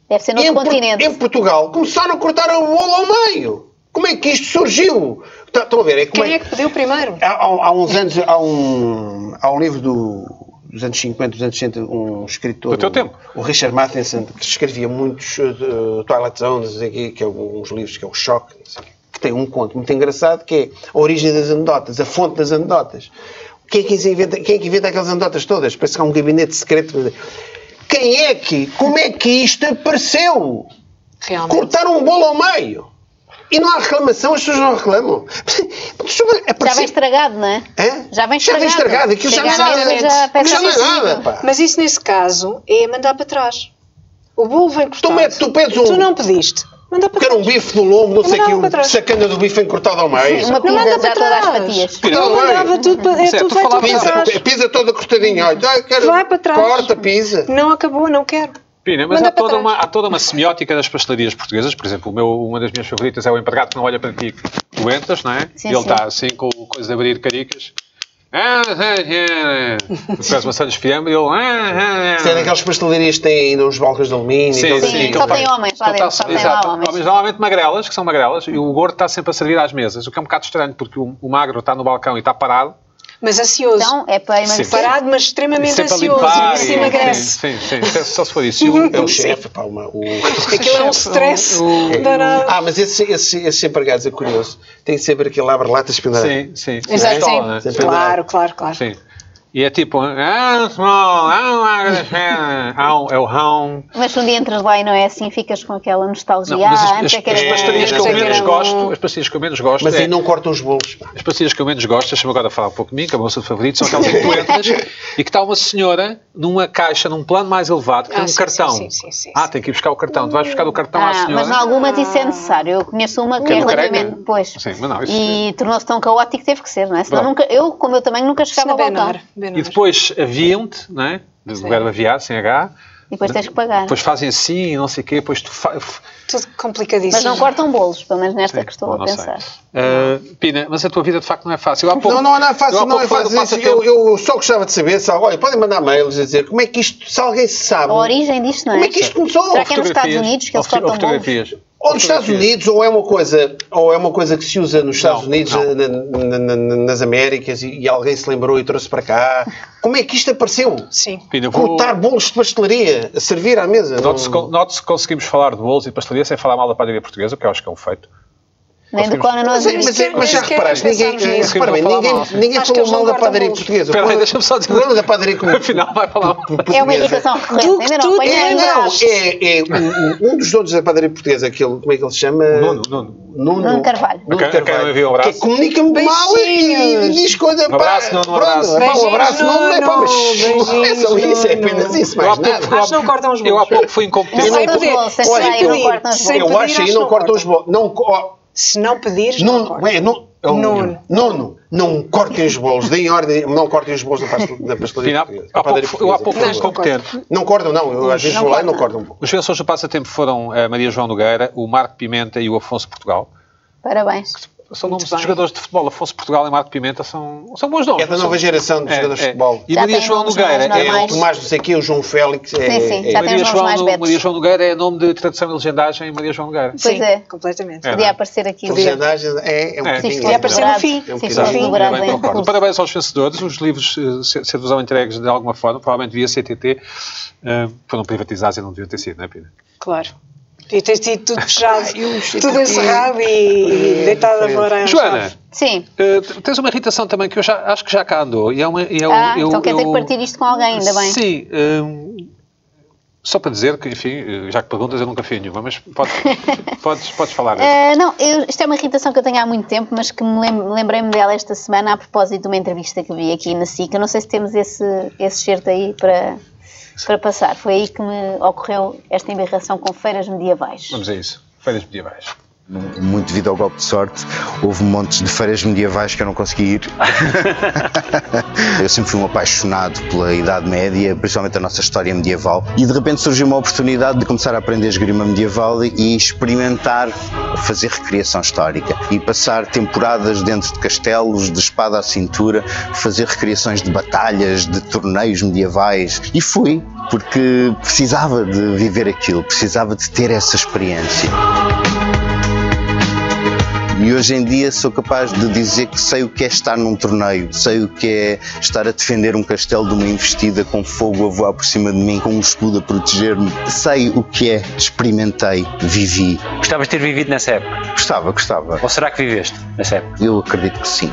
Speaker 3: Deve
Speaker 4: É
Speaker 3: ser no
Speaker 2: E em,
Speaker 3: outro
Speaker 2: Por-
Speaker 3: continente.
Speaker 2: em Portugal começaram a cortar o bolo ao meio. Como é que isto surgiu? Tá- Estão a ver? É como
Speaker 4: Quem é que pediu primeiro?
Speaker 2: Há, há- há uns anos, há um, há um livro do- dos anos 50, dos anos 60, um escritor.
Speaker 1: Do teu tempo.
Speaker 2: O Richard Matheson, que escrevia muitos eh, Twilight Zone, não sei o quê, que é um- uns livros que é o Choque, não sei o quê, que tem um conto muito engraçado que é a origem das anedotas, a fonte das anedotas. Quem é que, se inventa, quem é que inventa aquelas anedotas todas? Parece que há um gabinete secreto. Quem é que? Como é que isto apareceu?
Speaker 4: Realmente.
Speaker 2: Cortaram um bolo ao meio. E não há reclamação, as pessoas não reclamam.
Speaker 3: Já vem estragado, não é?
Speaker 2: Hã?
Speaker 3: Já vem
Speaker 2: Já vem estragado.
Speaker 3: estragado.
Speaker 2: Aquilo já
Speaker 3: Chega
Speaker 2: não é
Speaker 4: à mesa,
Speaker 2: nada.
Speaker 4: já
Speaker 2: Aquilo
Speaker 3: parece
Speaker 2: já não é
Speaker 3: ofensivo.
Speaker 2: nada, pá.
Speaker 4: Mas isso, nesse caso, é mandar para trás. O bolo vem cortado.
Speaker 2: Tu metes- tu pedes um-
Speaker 4: Tu não pediste. Manda para
Speaker 2: Porque era um
Speaker 4: trás.
Speaker 2: bife do lombo, não
Speaker 4: Não
Speaker 2: sei
Speaker 4: mandava
Speaker 2: o
Speaker 4: para
Speaker 2: que,
Speaker 4: trás.
Speaker 2: sacana do bife encurtada ao
Speaker 1: É
Speaker 2: meio.
Speaker 3: Uma
Speaker 4: Não
Speaker 3: pizza
Speaker 4: manda
Speaker 3: já
Speaker 4: para
Speaker 3: toda às
Speaker 4: trás.
Speaker 3: fatias.
Speaker 1: Pira,
Speaker 4: Eu
Speaker 2: não vai.
Speaker 4: mandava tudo para, é,
Speaker 1: Certo,
Speaker 4: tudo
Speaker 1: tu
Speaker 4: vai tudo
Speaker 1: falavas
Speaker 4: para
Speaker 1: há
Speaker 2: Pizza,
Speaker 4: trás.
Speaker 2: pizza toda cortadinha. Olha, ai, quero-
Speaker 4: Vai para trás.
Speaker 2: Corta, pizza.
Speaker 4: Não acabou, não quero.
Speaker 1: Pina, mas
Speaker 4: Manda
Speaker 1: há
Speaker 4: para
Speaker 1: toda,
Speaker 4: trás.
Speaker 1: uma, há toda uma semiótica das pastelarias portuguesas. Por exemplo, o meu- uma das minhas favoritas é o empregado que não olha para ti. Tu entras, não é?
Speaker 3: Sim,
Speaker 1: e ele
Speaker 3: sim.
Speaker 1: está assim com o coisa de abrir caricas. Ah, ah, ah. Tu faz uma sandes fiambre e ele. ah, ah, ah.
Speaker 2: Tem é daquelas pastelarias que têm ainda uns balcões de alumínio. e
Speaker 1: Sim,
Speaker 2: tal,
Speaker 1: sim,
Speaker 2: assim,
Speaker 3: Sim,
Speaker 2: aquele
Speaker 3: só
Speaker 2: pai.
Speaker 3: tem homens lá
Speaker 1: Então
Speaker 3: dentro.
Speaker 1: tá-
Speaker 3: Só tem
Speaker 1: exato,
Speaker 3: lá homens.
Speaker 1: homens normalmente magrelas, que são magrelas, e o gordo está sempre a servir às mesas, o que é um bocado estranho, porque o, o magro está no balcão e está parado,
Speaker 4: Mas ansioso.
Speaker 3: Então, é para
Speaker 1: Sim.
Speaker 3: emagrecer.
Speaker 4: Parado, mas extremamente
Speaker 1: sempre a
Speaker 4: ansioso.
Speaker 1: limpar.
Speaker 4: E se
Speaker 1: e-
Speaker 4: emagrece.
Speaker 1: sim, sim, sim, só se for isso. E o-
Speaker 2: É
Speaker 1: eu-
Speaker 2: o chefe, pá. uma- o-
Speaker 4: Aquilo é um stress. danado.
Speaker 2: Ah, mas esse, esse, esse empregado é curioso. Tem sempre aquele abre-latas pendurado.
Speaker 1: Sim, sim. sim.
Speaker 4: Exato,
Speaker 1: Pistola, né?
Speaker 4: é sim. Claro, claro, claro.
Speaker 1: Sim. E é tipo, ah, small, ah, ah, é o rão.
Speaker 3: Mas se um dia entras lá e não é assim, ficas com aquela nostalgia.
Speaker 1: Não, mas
Speaker 3: ah,
Speaker 1: as,
Speaker 3: antes
Speaker 1: as,
Speaker 3: é que era
Speaker 1: as pastilhas
Speaker 3: bom,
Speaker 1: que eu
Speaker 3: antes é que
Speaker 1: menos
Speaker 3: era
Speaker 1: gosto,
Speaker 3: bom.
Speaker 1: as pastilhas que eu menos gosto,
Speaker 2: Mas
Speaker 1: é-
Speaker 2: aí não cortam os bolos. pá.
Speaker 1: as pastilhas que eu menos gosto, deixa-me agora falar um pouco de mim, que é o meu assunto favorito, são aquelas em que tu entras e que está uma senhora numa caixa, num plano mais elevado, que tem
Speaker 4: Ah,
Speaker 1: um
Speaker 4: sim,
Speaker 1: cartão.
Speaker 4: sim, sim, sim, sim,
Speaker 1: ah,
Speaker 4: sim.
Speaker 1: tem que ir buscar o cartão. Tu vais buscar o cartão à
Speaker 3: Ah,
Speaker 1: senhora.
Speaker 3: mas em algumas isso é necessário. Eu conheço uma que,
Speaker 1: Que é
Speaker 3: é
Speaker 1: do careca?
Speaker 3: relativamente depois.
Speaker 1: Sim, mas não, isso- é-
Speaker 3: e tornou-se tão caótico que teve que ser, não é? Senão
Speaker 1: Bom.
Speaker 3: nunca, eu, como eu também, nunca
Speaker 4: Isso
Speaker 3: chegava
Speaker 4: na
Speaker 3: ao balcão.
Speaker 4: Benar.
Speaker 1: E depois aviam-te, não é? Do lugar de aviar, sem H.
Speaker 3: E depois tens que pagar.
Speaker 1: Depois fazem assim, não sei o quê, depois tu fa...
Speaker 4: Tudo complicadíssimo.
Speaker 3: Mas não cortam bolos, pelo menos nesta é que estou
Speaker 1: Bom,
Speaker 3: a
Speaker 1: não
Speaker 3: pensar.
Speaker 1: sei. Ah, Pina, mas a tua vida de facto não é fácil. Há pouco-
Speaker 2: não, não é nada
Speaker 1: eu há
Speaker 2: fácil, não
Speaker 1: pouco
Speaker 2: é
Speaker 1: falei do
Speaker 2: fácil. isso.
Speaker 1: passatempo.
Speaker 2: Eu, eu só gostava de saber, se, olha, podem mandar mails a dizer como é que isto, se alguém sabe,
Speaker 3: A origem disto, não é?
Speaker 2: como é que isto começou?
Speaker 3: Será que é nos Estados
Speaker 1: Fotografias.
Speaker 3: Unidos que eles
Speaker 1: Ou foto- ou
Speaker 3: cortam bolos?
Speaker 1: fotografias.
Speaker 2: Ou nos Estados
Speaker 1: Fotografias.
Speaker 2: Unidos, ou é uma coisa, ou é uma coisa que se usa nos Estados
Speaker 1: Não,
Speaker 2: Unidos,
Speaker 1: não.
Speaker 2: na- na- na- na- nas Américas, e, e alguém se lembrou e trouxe para cá. Como é que isto apareceu?
Speaker 4: Sim.
Speaker 1: Pina, vou-
Speaker 2: Cortar bolos de pastelaria, a servir à mesa. não-
Speaker 1: Note-se con- note-se que conseguimos falar de bolos e de pastelaria sem falar mal da padaria portuguesa, que eu acho que é um feito.
Speaker 3: Nem do
Speaker 1: Conseguimos-
Speaker 3: Conan
Speaker 2: Mas,
Speaker 3: nós
Speaker 2: é- mas é-
Speaker 4: sequer-
Speaker 2: mas já
Speaker 4: nem sequer
Speaker 2: reparaste, ninguém,
Speaker 4: pensámos nisso.
Speaker 2: repara bem,
Speaker 1: Não falar
Speaker 2: ninguém,
Speaker 1: mal.
Speaker 2: ninguém
Speaker 4: Acho que
Speaker 2: falou
Speaker 4: eles não
Speaker 2: mal da
Speaker 4: cortam
Speaker 2: padaria
Speaker 4: bolos.
Speaker 2: portuguesa. O
Speaker 1: Espera aí,
Speaker 2: problema-
Speaker 1: deixa-me só
Speaker 2: o
Speaker 1: dizer.
Speaker 2: problema da padaria com-
Speaker 1: Afinal, vai falar mal.
Speaker 3: É uma
Speaker 2: portuguesa.
Speaker 3: indicação recorrente.
Speaker 4: Duque,
Speaker 3: Ainda não
Speaker 4: tudo
Speaker 3: apanhei
Speaker 2: É,
Speaker 4: é
Speaker 3: ainda
Speaker 2: não,
Speaker 4: nós.
Speaker 2: é, é um, um- um dos donos da padaria portuguesa, aquele, como é que ele se chama?
Speaker 1: Nuno, Nuno.
Speaker 2: Nuno,
Speaker 3: Nuno Carvalho.
Speaker 2: Nuno
Speaker 1: Ok, ok,
Speaker 2: Carvalho.
Speaker 1: envia um abraço.
Speaker 2: Que comunica-me mal e, e
Speaker 4: Beijinhos.
Speaker 2: diz coisa
Speaker 1: Um abraço, Nuno, um abraço.
Speaker 2: Pronto, pá, um abraço,
Speaker 4: Beijinhos,
Speaker 2: não, não é pá, mas
Speaker 4: Nuno,
Speaker 2: é só isso, é
Speaker 4: beijinhos,
Speaker 2: apenas
Speaker 4: Nuno.
Speaker 1: Eu
Speaker 2: isso,
Speaker 1: há
Speaker 2: mais
Speaker 1: pouco-
Speaker 2: nada.
Speaker 4: Acho que não cortam os bolos.
Speaker 1: Eu há pouco fui
Speaker 4: Não
Speaker 1: incompetente.
Speaker 4: sei
Speaker 1: Eu-
Speaker 4: pedir.
Speaker 3: bolos, sem
Speaker 4: Sem
Speaker 3: sair, não
Speaker 4: pedir.
Speaker 3: cortam os
Speaker 4: Sem
Speaker 3: bolos.
Speaker 2: Eu
Speaker 4: pedir,
Speaker 2: acho aí não cortam os bolos. Não, co- ó,
Speaker 4: Se não pedires, não
Speaker 2: Nuno,
Speaker 4: cortam.
Speaker 2: é, Nuno, é o
Speaker 4: Nuno.
Speaker 2: Nuno, não cortem os bolos, deem ordem, não cortem os bolos na pastel- na
Speaker 1: Afinal,
Speaker 2: pastelaria. portuguesa,
Speaker 1: há
Speaker 2: na padaria
Speaker 1: pouco- eu há
Speaker 2: portuguesa,
Speaker 1: pouco
Speaker 2: por
Speaker 1: fui
Speaker 4: Não,
Speaker 2: favor.
Speaker 1: incompetente.
Speaker 2: Não cortam, não, eu às vezes
Speaker 4: Não
Speaker 2: vou lá e não
Speaker 4: cortam.
Speaker 2: cortam.
Speaker 1: Os vencedores do passatempo foram a Maria João Nogueira, o Marco Pimenta e o Afonso Portugal.
Speaker 3: Parabéns.
Speaker 1: São nomes de
Speaker 4: bem.
Speaker 1: jogadores de futebol. Afonso Portugal e Marco Pimenta são, são bons nomes.
Speaker 2: É da
Speaker 1: São-
Speaker 2: nova geração de
Speaker 1: É,
Speaker 2: jogadores
Speaker 1: é.
Speaker 2: de futebol.
Speaker 1: E
Speaker 3: Já
Speaker 1: Maria
Speaker 3: tem
Speaker 1: João
Speaker 3: nomes
Speaker 1: Nogueira é
Speaker 3: mais
Speaker 2: É o
Speaker 3: normais.
Speaker 2: Tomás, não sei o quê, o João Félix. é-
Speaker 3: Sim, sim,
Speaker 2: é-
Speaker 3: já tem
Speaker 1: Maria
Speaker 3: uns nomes mais
Speaker 1: João,
Speaker 3: betos.
Speaker 1: Maria João Nogueira é nome de tradução e legendagem Maria João Nogueira.
Speaker 3: Pois
Speaker 4: Sim,
Speaker 3: é.
Speaker 4: Completamente.
Speaker 1: É.
Speaker 3: Podia aparecer aqui.
Speaker 2: Os legendágens, é, é um
Speaker 1: É.
Speaker 2: bocadinho.
Speaker 1: Sim,
Speaker 4: Podia aparecer
Speaker 2: É
Speaker 4: no fim.
Speaker 2: um
Speaker 3: Sim,
Speaker 2: bocadinho.
Speaker 3: sim,
Speaker 1: Exato.
Speaker 3: dobrado
Speaker 1: Também
Speaker 3: em
Speaker 1: concordo.
Speaker 3: recurso.
Speaker 1: Parabéns aos vencedores. Os livros eh, se- ser-vos entregues de alguma forma, provavelmente via CTT, eh, foram privatizados e não deviam ter sido, não é, Pina?
Speaker 4: Claro. E tens tido tudo fechado,
Speaker 2: sei
Speaker 4: tudo
Speaker 2: que-
Speaker 4: encerrado e, e deitado a fora.
Speaker 1: Joana,
Speaker 3: Sim.
Speaker 1: eh, t- tens uma irritação também que eu já, acho que já cá andou. E é uma, e é um-
Speaker 3: Ah,
Speaker 1: eu,
Speaker 3: então quer dizer
Speaker 1: eu-
Speaker 3: que partir isto com alguém, ainda bem.
Speaker 1: Sim. eh, só para dizer que, enfim, eh, já que perguntas, eu nunca fui a nenhuma, mas podes, podes, podes falar.
Speaker 3: Ah, não, eu- isto é uma irritação que eu tenho há muito tempo, mas que me lem- lembrei-me dela esta semana a propósito de uma entrevista que vi aqui na SIC. Eu não sei se temos esse, esse certo aí para, para passar. Foi aí que me ocorreu esta embirração com feiras medievais.
Speaker 1: Vamos a isso. Férias medievais.
Speaker 5: Muito devido ao golpe de sorte, houve montes de feiras medievais que eu não consegui ir. eu sempre fui um apaixonado pela Idade Média, principalmente a nossa história medieval, e de repente surgiu uma oportunidade de começar a aprender esgrima medieval e experimentar fazer recriação histórica e passar temporadas dentro de castelos, de espada à cintura, fazer recriações de batalhas, de torneios medievais. E fui, porque precisava de viver aquilo, precisava de ter essa experiência. E hoje em dia sou capaz de dizer que sei o que é estar num torneio, sei o que é estar a defender um castelo de uma investida com fogo a voar por cima de mim, com um escudo a proteger-me. Sei o que é, experimentei, vivi.
Speaker 6: Gostavas de ter vivido nessa época?
Speaker 5: Gostava, gostava.
Speaker 6: Ou será que viveste nessa época?
Speaker 5: Eu acredito que sim.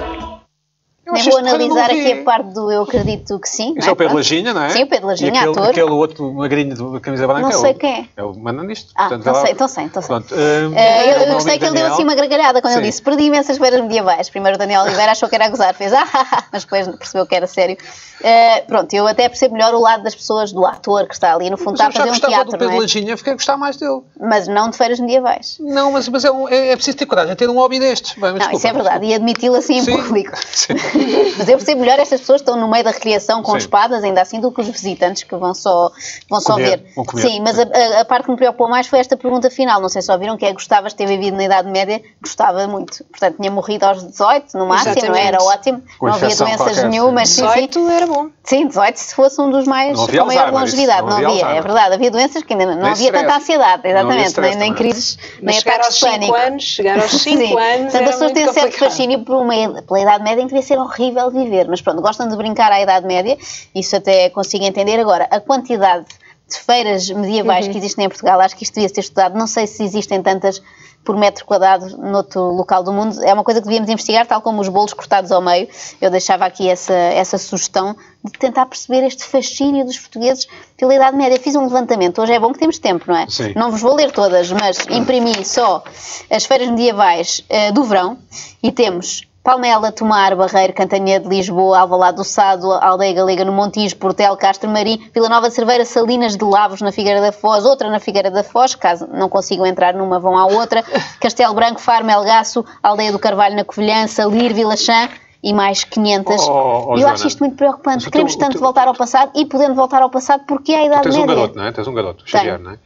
Speaker 3: Nem
Speaker 1: acho
Speaker 3: vou
Speaker 1: isto quase
Speaker 3: analisar
Speaker 1: não vi.
Speaker 3: aqui a parte do eu acredito que sim.
Speaker 1: Isso
Speaker 3: não
Speaker 1: é o Pedro
Speaker 3: Pronto.
Speaker 1: Lajinha, não é?
Speaker 3: Sim, o Pedro Lajinha,
Speaker 1: e aquele,
Speaker 3: ator.
Speaker 1: aquele outro magrinho de camisa branca.
Speaker 3: Não
Speaker 1: é o-
Speaker 3: sei quem é.
Speaker 1: É o Mananisto.
Speaker 3: Ah,
Speaker 1: Portanto,
Speaker 3: então
Speaker 1: vá lá.
Speaker 3: sei, então sei, então sei.
Speaker 1: Pronto, hum,
Speaker 3: Eh, eu-
Speaker 1: o
Speaker 3: eu
Speaker 1: nome
Speaker 3: gostei
Speaker 1: é
Speaker 3: que ele deu
Speaker 1: Daniel.
Speaker 3: assim uma gargalhada quando
Speaker 1: Sim.
Speaker 3: ele disse: Perdi imensas feiras medievais. Primeiro o Daniel Oliveira achou que era a gozar, fez ah, ah, ah", mas depois percebeu que era sério. Eh, pronto, eu até percebo melhor o lado das pessoas, do ator que está ali, no fundo
Speaker 1: Mas eu
Speaker 3: está a
Speaker 1: já
Speaker 3: fazer um
Speaker 1: gostava do
Speaker 3: teatro,
Speaker 1: Pedro
Speaker 3: não é?
Speaker 1: Lajinha, fiquei a gostar mais dele.
Speaker 3: Mas não de feiras medievais.
Speaker 1: Não, mas, mas é, um- é- é preciso ter coragem, é ter um hobby destes. Bem, mas
Speaker 3: Não, isso
Speaker 1: desculpa.
Speaker 3: é verdade, e admiti-lo assim em
Speaker 1: Sim.
Speaker 3: público.
Speaker 1: Sim.
Speaker 3: Mas eu percebo melhor estas pessoas que estão no meio da recriação com
Speaker 1: Sim. Um
Speaker 3: espadas, ainda assim, do que os visitantes que vão só, vão só
Speaker 1: Comer,
Speaker 3: ver.
Speaker 1: vão comer.
Speaker 3: Sim, mas a, a- a parte que me preocupou mais foi esta pergunta final. Não sei se ouviram que é gostavas de ter vivido na Idade Média? Gostava muito. Portanto, tinha morrido aos 18, no máximo, não é?
Speaker 4: Exatamente.
Speaker 3: era ótimo.
Speaker 1: Com
Speaker 3: não havia
Speaker 1: infecção
Speaker 3: doenças
Speaker 1: qualquer, sim.
Speaker 3: nenhumas. Sim, sim.
Speaker 4: 18 era bom.
Speaker 3: Sim, 18 se fosse um dos mais
Speaker 1: Não
Speaker 3: com
Speaker 1: havia
Speaker 3: maior
Speaker 1: Alzheimer,
Speaker 3: longevidade.
Speaker 1: isso, não
Speaker 3: Não,
Speaker 1: havia
Speaker 3: havia, é
Speaker 1: Alzheimer.
Speaker 3: verdade. Havia doenças que ainda não, não havia
Speaker 1: stress.
Speaker 3: tanta ansiedade,
Speaker 1: Não havia
Speaker 3: exatamente.
Speaker 1: stress
Speaker 3: nem, nem
Speaker 1: também.
Speaker 3: crises,
Speaker 4: Mas
Speaker 3: nem
Speaker 4: chegar
Speaker 3: ataques
Speaker 4: aos
Speaker 3: é de
Speaker 4: 5
Speaker 3: pânico.
Speaker 4: anos, chegar aos 5 anos
Speaker 3: Portanto,
Speaker 4: era
Speaker 3: as pessoas têm
Speaker 4: muito
Speaker 3: certo
Speaker 4: complicado.
Speaker 3: fascínio por uma, pela Idade Média em que devia ser horrível viver, mas pronto, gostam de brincar à Idade Média, isso até consigo entender. Agora, a
Speaker 4: Uhum.
Speaker 3: quantidade de feiras medievais que existem em Portugal, acho que isto devia ser estudado. Não sei se existem tantas por metro quadrado noutro local do mundo, é uma coisa que devíamos investigar, tal como os bolos cortados ao meio. Eu deixava aqui essa, essa sugestão de tentar perceber este fascínio dos portugueses pela Idade Média. Fiz um levantamento, hoje é bom que temos tempo, não é?
Speaker 1: Sim.
Speaker 3: Não vos vou ler todas, mas imprimi só as feiras medievais eh, do verão e temos Palmela, Tomar, Barreiro, Cantanhede, de Lisboa, Alvalade do Sado, Aldeia Galega no Montijo, Portel, Castro Marim, Vila Nova de Cerveira, Salinas de Lavos na Figueira da Foz, outra na Figueira da Foz, caso não consigam entrar numa vão à outra, Castelo Branco, Faro, Melgaço, Aldeia do Carvalho na Covilhã, Salir, Vila Chã e mais 500.
Speaker 1: Oh, oh, oh,
Speaker 3: Eu acho
Speaker 1: Joana.
Speaker 3: isto muito preocupante.
Speaker 1: Mas o
Speaker 3: Queremos
Speaker 1: teu- o
Speaker 3: tanto
Speaker 1: teu-
Speaker 3: voltar ao passado e podendo voltar ao passado porque é a Idade
Speaker 1: Tens
Speaker 3: Média.
Speaker 1: um garoto, não é? Tens um garoto, Xavier, não é?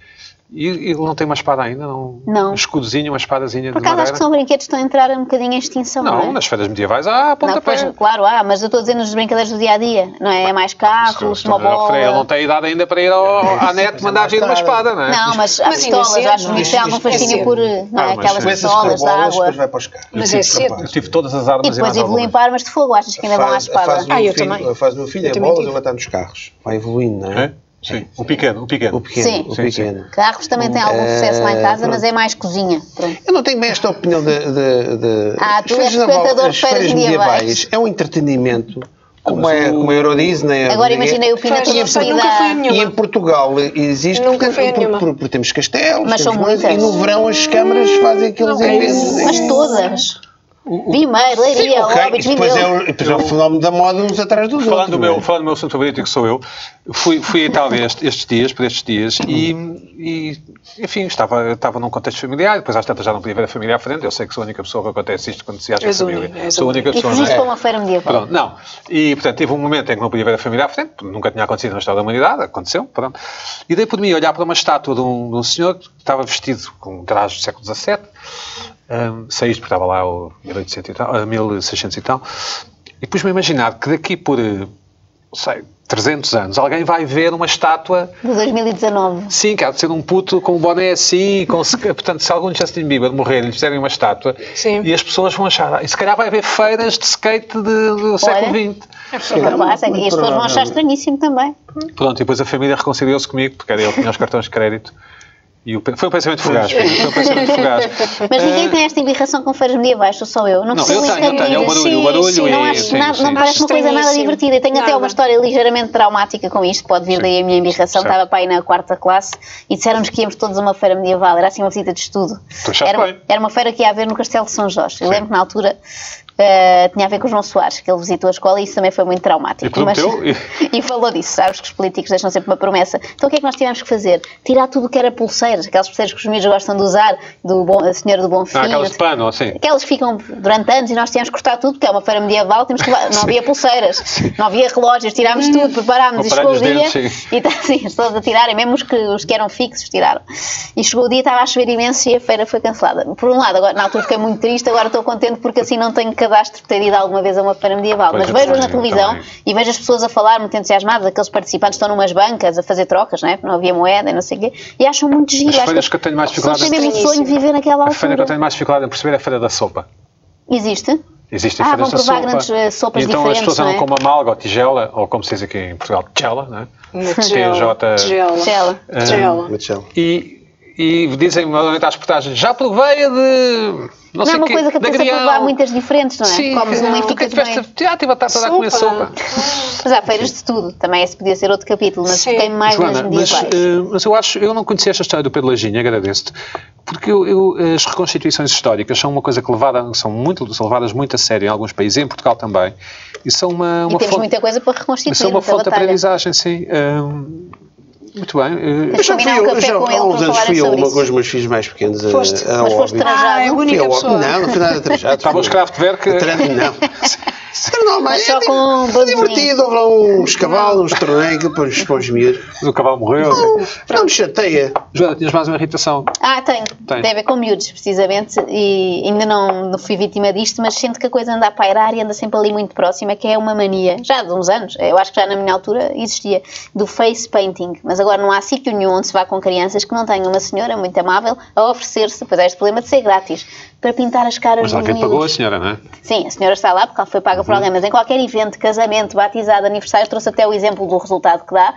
Speaker 1: E ele não tem uma espada ainda? Não.
Speaker 3: Não.
Speaker 1: Um escudozinho, uma espadazinha
Speaker 3: Por
Speaker 1: de
Speaker 3: acaso
Speaker 1: madeira?
Speaker 3: acho que são brinquedos que estão a entrar um bocadinho em extinção, não,
Speaker 1: não,
Speaker 3: é?
Speaker 1: nas feiras medievais há
Speaker 3: Não,
Speaker 1: pontapé.
Speaker 3: pois, claro, há, mas eu estou a dizer nos brincadeiras do dia a dia, não é? É mais carros,
Speaker 1: Estou- estou a
Speaker 3: uma
Speaker 1: referir, Ele não
Speaker 3: bola.
Speaker 1: tem idade ainda para ir ao, à net mandar vir uma espada, não é?
Speaker 3: Não, mas há
Speaker 4: Mas ainda
Speaker 3: pistolas,
Speaker 4: cedo,
Speaker 3: eu acho que
Speaker 4: não é?
Speaker 3: isto é algum
Speaker 4: Ainda
Speaker 3: fascínio
Speaker 4: cedo.
Speaker 3: por não é?
Speaker 1: Ah, mas
Speaker 3: aquelas
Speaker 2: Começas com
Speaker 3: pistolas de
Speaker 2: bolas,
Speaker 3: água
Speaker 2: depois vai para os carros.
Speaker 4: Mas
Speaker 2: Eu
Speaker 4: é
Speaker 2: tive
Speaker 4: cedo.
Speaker 1: Eu
Speaker 2: capaz.
Speaker 1: tive todas as armas
Speaker 3: e depois
Speaker 1: mais algumas.
Speaker 3: evoluem para armas de fogo, achas que ainda vão à
Speaker 2: Faz- Faz um-
Speaker 3: espada?
Speaker 2: o
Speaker 4: Ah, eu
Speaker 2: filho-
Speaker 4: também.
Speaker 2: Faz o meu filho,
Speaker 4: Eu
Speaker 2: é
Speaker 4: também
Speaker 2: bolas,
Speaker 4: tive.
Speaker 2: ele está nos carros. Vai evoluindo, não
Speaker 1: É?
Speaker 2: é?
Speaker 1: Sim, o pequeno, o pequeno.
Speaker 2: O pequeno,
Speaker 3: Sim.
Speaker 2: o
Speaker 1: Sim, sim.
Speaker 2: pequeno.
Speaker 3: Carros também tem algum sucesso lá em casa, mas é mais cozinha. Pronto.
Speaker 2: Eu não tenho bem esta opinião de. de, de
Speaker 3: Ah, tu
Speaker 2: As
Speaker 3: és
Speaker 2: feiras naval-
Speaker 3: frequentador
Speaker 2: as
Speaker 3: de feiras medievais.
Speaker 2: É um entretenimento. Como é, como a Euro Disney.
Speaker 3: Agora imaginei o
Speaker 2: Pino.
Speaker 3: Pina
Speaker 4: Pois,
Speaker 3: com
Speaker 4: nunca foi a minha.
Speaker 3: oportunidade.
Speaker 2: E em Portugal existe,
Speaker 4: Nunca
Speaker 2: portanto,
Speaker 4: foi a
Speaker 2: por-
Speaker 4: nenhuma.
Speaker 2: por- por- temos castelos,
Speaker 3: Mas
Speaker 2: temos
Speaker 3: são
Speaker 2: coisas, e
Speaker 3: muitas.
Speaker 2: no verão as câmaras fazem aqueles
Speaker 4: é
Speaker 2: eventos.
Speaker 3: Mas todas.
Speaker 2: Sim,
Speaker 3: Vimeiro, Leiria,
Speaker 2: ok.
Speaker 3: Óbidos,
Speaker 2: E depois, é
Speaker 3: Viseu.
Speaker 2: o, e depois é o fenómeno da moda uns atrás dos
Speaker 1: Falando do
Speaker 2: outros.
Speaker 1: meu,
Speaker 2: não é?
Speaker 1: falando do meu assunto favorito, que sou eu, fui, fui à Itália este- estes dias, por estes dias, e, e, enfim, estava, estava num contexto familiar, depois às tantas já não podia ver a família à frente, eu sei que sou a única pessoa que acontece isto quando se acha
Speaker 4: És
Speaker 1: a família.
Speaker 4: única, és
Speaker 1: sou a única
Speaker 4: única.
Speaker 3: E
Speaker 1: pessoa, não
Speaker 3: fugiste para
Speaker 1: é?
Speaker 3: uma feira um medieval.
Speaker 1: Pronto, não. E, portanto, tive um momento em que não podia ver a família à frente, porque nunca tinha acontecido na história da humanidade, aconteceu, pronto. E dei por mim a olhar para uma estátua de um, de um senhor que estava vestido com um traje do século XVII, hum, sei isto porque estava lá o 1800 e tal, ah, 1600 e tal, e pus-me a imaginar que daqui por, eh, sei, 300 anos, alguém vai ver uma estátua
Speaker 3: De 2019.
Speaker 1: Sim, cara, de ser um puto com um boné assim, com, se- portanto, se algum Justin Bieber morrer, lhe fizerem uma estátua,
Speaker 4: Sim.
Speaker 1: e as pessoas vão achar, "Ah, e se calhar vai haver feiras de skate de- do século XX.
Speaker 3: Capaz, é que as pessoas vão achar estranhíssimo também.
Speaker 1: Pronto, e depois a família reconciliou-se comigo, porque era eu que tinha os cartões de crédito, e o pe- foi um pensamento fugaz, foi um pensamento fugaz.
Speaker 3: Mas ninguém
Speaker 1: Eh,
Speaker 3: tem esta embirração com feiras medievais, sou só eu. Não,
Speaker 1: Não,
Speaker 3: percebo
Speaker 1: eu
Speaker 3: isso
Speaker 1: tenho, eu
Speaker 3: da
Speaker 1: tenho, o
Speaker 3: vida.
Speaker 1: barulho, o
Speaker 4: Sim,
Speaker 1: barulho
Speaker 4: sim,
Speaker 1: é...
Speaker 3: não, acho
Speaker 1: sim,
Speaker 3: nada-
Speaker 1: sim.
Speaker 3: não parece uma coisa nada
Speaker 4: Estranhíssimo.
Speaker 3: divertida. Eu tenho até
Speaker 4: Nada.
Speaker 3: uma história ligeiramente traumática com isto, pode vir daí a minha embirração.
Speaker 1: Certo.
Speaker 3: Estava para aí na quarta classe e disseram-nos que íamos todos a uma feira medieval, era assim uma visita de estudo.
Speaker 1: Tu achaste
Speaker 3: Era,
Speaker 1: bem.
Speaker 3: era uma feira que ia haver no Castelo de São Jorge. Eu lembro que na altura. eh, tinha a ver com o João Soares, que ele visitou a escola e isso também foi muito traumático.
Speaker 1: E prometeu?
Speaker 3: assim, Mas- e falou disso, sabes que os políticos deixam sempre uma promessa. Então o que é que nós tivemos que fazer? Tirar tudo o que era pulseiras, aquelas pulseiras que os miúdos gostam de usar, do bom, a senhora do bom filho.
Speaker 1: Ah, aquelas de pano, assim.
Speaker 3: Aquelas que ficam durante anos e nós tínhamos que cortar tudo, porque é uma feira medieval, tínhamos que levar- não havia pulseiras, não havia relógios, tirámos tudo, preparámos e chegou
Speaker 1: Preparar-lhe
Speaker 3: o
Speaker 1: os
Speaker 3: dia
Speaker 1: dentes, sim.
Speaker 3: e tá, assim, as pessoas a tirarem, mesmo os que, os que eram fixos tiraram. E chegou o dia, estava a chover imenso e a feira foi cancelada. Por um lado, agora, na altura fiquei muito triste, agora estou contente porque assim não tenho cadastro de ter ido alguma vez a uma feira medieval.
Speaker 1: Pois,
Speaker 3: Mas vejo-os na
Speaker 1: também,
Speaker 3: televisão
Speaker 1: também.
Speaker 3: e vejo as pessoas a falar muito entusiasmadas, aqueles participantes estão numas bancas a fazer trocas, né? não havia moeda e não sei o quê, e acham muito giro.
Speaker 1: As
Speaker 3: acho
Speaker 1: feiras que eu tenho mais
Speaker 3: as pessoas
Speaker 1: dificuldade...
Speaker 3: têm mesmo o sonho de viver naquela
Speaker 1: A feira que eu tenho
Speaker 3: altura.
Speaker 1: mais dificuldade em perceber é a feira da sopa.
Speaker 3: Existe?
Speaker 1: Existem
Speaker 3: Ah,
Speaker 1: feiras
Speaker 3: vão
Speaker 1: da
Speaker 3: provar
Speaker 1: sopa.
Speaker 3: grandes, eh, sopas
Speaker 1: então as
Speaker 3: diferentes,
Speaker 1: pessoas
Speaker 3: não é?
Speaker 1: não comem malga ou tigela, ou como se diz aqui em Portugal, tigela, não é?
Speaker 4: Uma
Speaker 1: TJ.
Speaker 4: tigela.
Speaker 3: Tigela.
Speaker 4: Tigela.
Speaker 3: Ah,
Speaker 4: Tigela.
Speaker 2: Michel.
Speaker 1: E, e dizem-me normalmente às portagens, já provei a de. Não,
Speaker 3: Não
Speaker 1: sei
Speaker 3: é uma
Speaker 1: que,
Speaker 3: coisa que a
Speaker 1: da
Speaker 3: pessoa
Speaker 1: Grial."
Speaker 3: provar muitas diferentes, não é?
Speaker 1: Sim,
Speaker 3: Comes uma e
Speaker 1: não, que
Speaker 3: ficas
Speaker 1: tiveste-
Speaker 3: bem.
Speaker 1: Já Ah, tive a tartar a comer
Speaker 4: Sopa.
Speaker 1: sopa.
Speaker 3: Mas há feiras de tudo, também esse podia ser outro capítulo, mas
Speaker 4: Sim.
Speaker 3: fiquei mais
Speaker 1: Joana,
Speaker 3: nas
Speaker 1: mas,
Speaker 3: medievais.
Speaker 1: eh, mas eu acho, eu não conhecia esta história do Pedro Lajinha, agradeço-te, porque eu, eu- as reconstituições históricas são uma coisa que levada, são muito, são levadas muito a sério em alguns países, em Portugal também, e são uma,
Speaker 3: e
Speaker 1: uma
Speaker 3: temos
Speaker 1: fonte,
Speaker 3: muita coisa para reconstituir.
Speaker 1: são uma
Speaker 3: muita
Speaker 1: fonte de
Speaker 3: batalha.
Speaker 1: aprendizagem, sim. Hum, muito bem. eh,
Speaker 2: Eu já fui,
Speaker 3: combinar um
Speaker 2: eu
Speaker 3: café
Speaker 2: já,
Speaker 3: com ele
Speaker 2: há uns
Speaker 3: para
Speaker 2: anos
Speaker 3: falarem
Speaker 2: fui eu
Speaker 3: sobre
Speaker 2: uma
Speaker 3: isso.
Speaker 2: com os meus filhos mais pequenos a,
Speaker 4: Foste.
Speaker 2: a
Speaker 3: Mas foste
Speaker 2: Óbidos.
Speaker 3: trajado.
Speaker 4: Ah, é a
Speaker 3: Não
Speaker 2: Fui
Speaker 4: única
Speaker 2: ao Óbidos.
Speaker 4: pessoa.
Speaker 2: Não, não fui nada trajado.
Speaker 1: Estava os Kraftwerk. eh,
Speaker 2: Trajado, Não. Era normal.
Speaker 3: Mas só
Speaker 2: é,
Speaker 3: com um
Speaker 2: é
Speaker 3: bandolim.
Speaker 2: divertido. Houve lá uns cavalos, uns torneios para os- para os miúdos.
Speaker 1: Mas o cavalo morreu.
Speaker 2: Não me chateia.
Speaker 1: Joana, tinhas mais uma irritação.
Speaker 3: Ah, tenho.
Speaker 1: Tens.
Speaker 3: Tem a ver com miúdos, precisamente, e ainda não, não fui vítima disto, mas sinto que a coisa anda a pairar e anda sempre ali muito próxima, que é uma mania, já de uns anos, eu acho que já na minha altura existia, do face painting. Mas agora não há sítio nenhum onde se vá com crianças que não tenha uma senhora muito amável a oferecer-se, pois há este problema de um ser grátis. para pintar as caras
Speaker 1: Mas
Speaker 3: dos
Speaker 1: alguém
Speaker 3: miúdos.
Speaker 1: pagou a senhora, não é?
Speaker 3: Sim, a senhora está lá porque ela foi paga
Speaker 1: Uhum.
Speaker 3: por alguém, mas em qualquer evento, casamento, batizado, aniversário, trouxe até o exemplo do resultado que dá.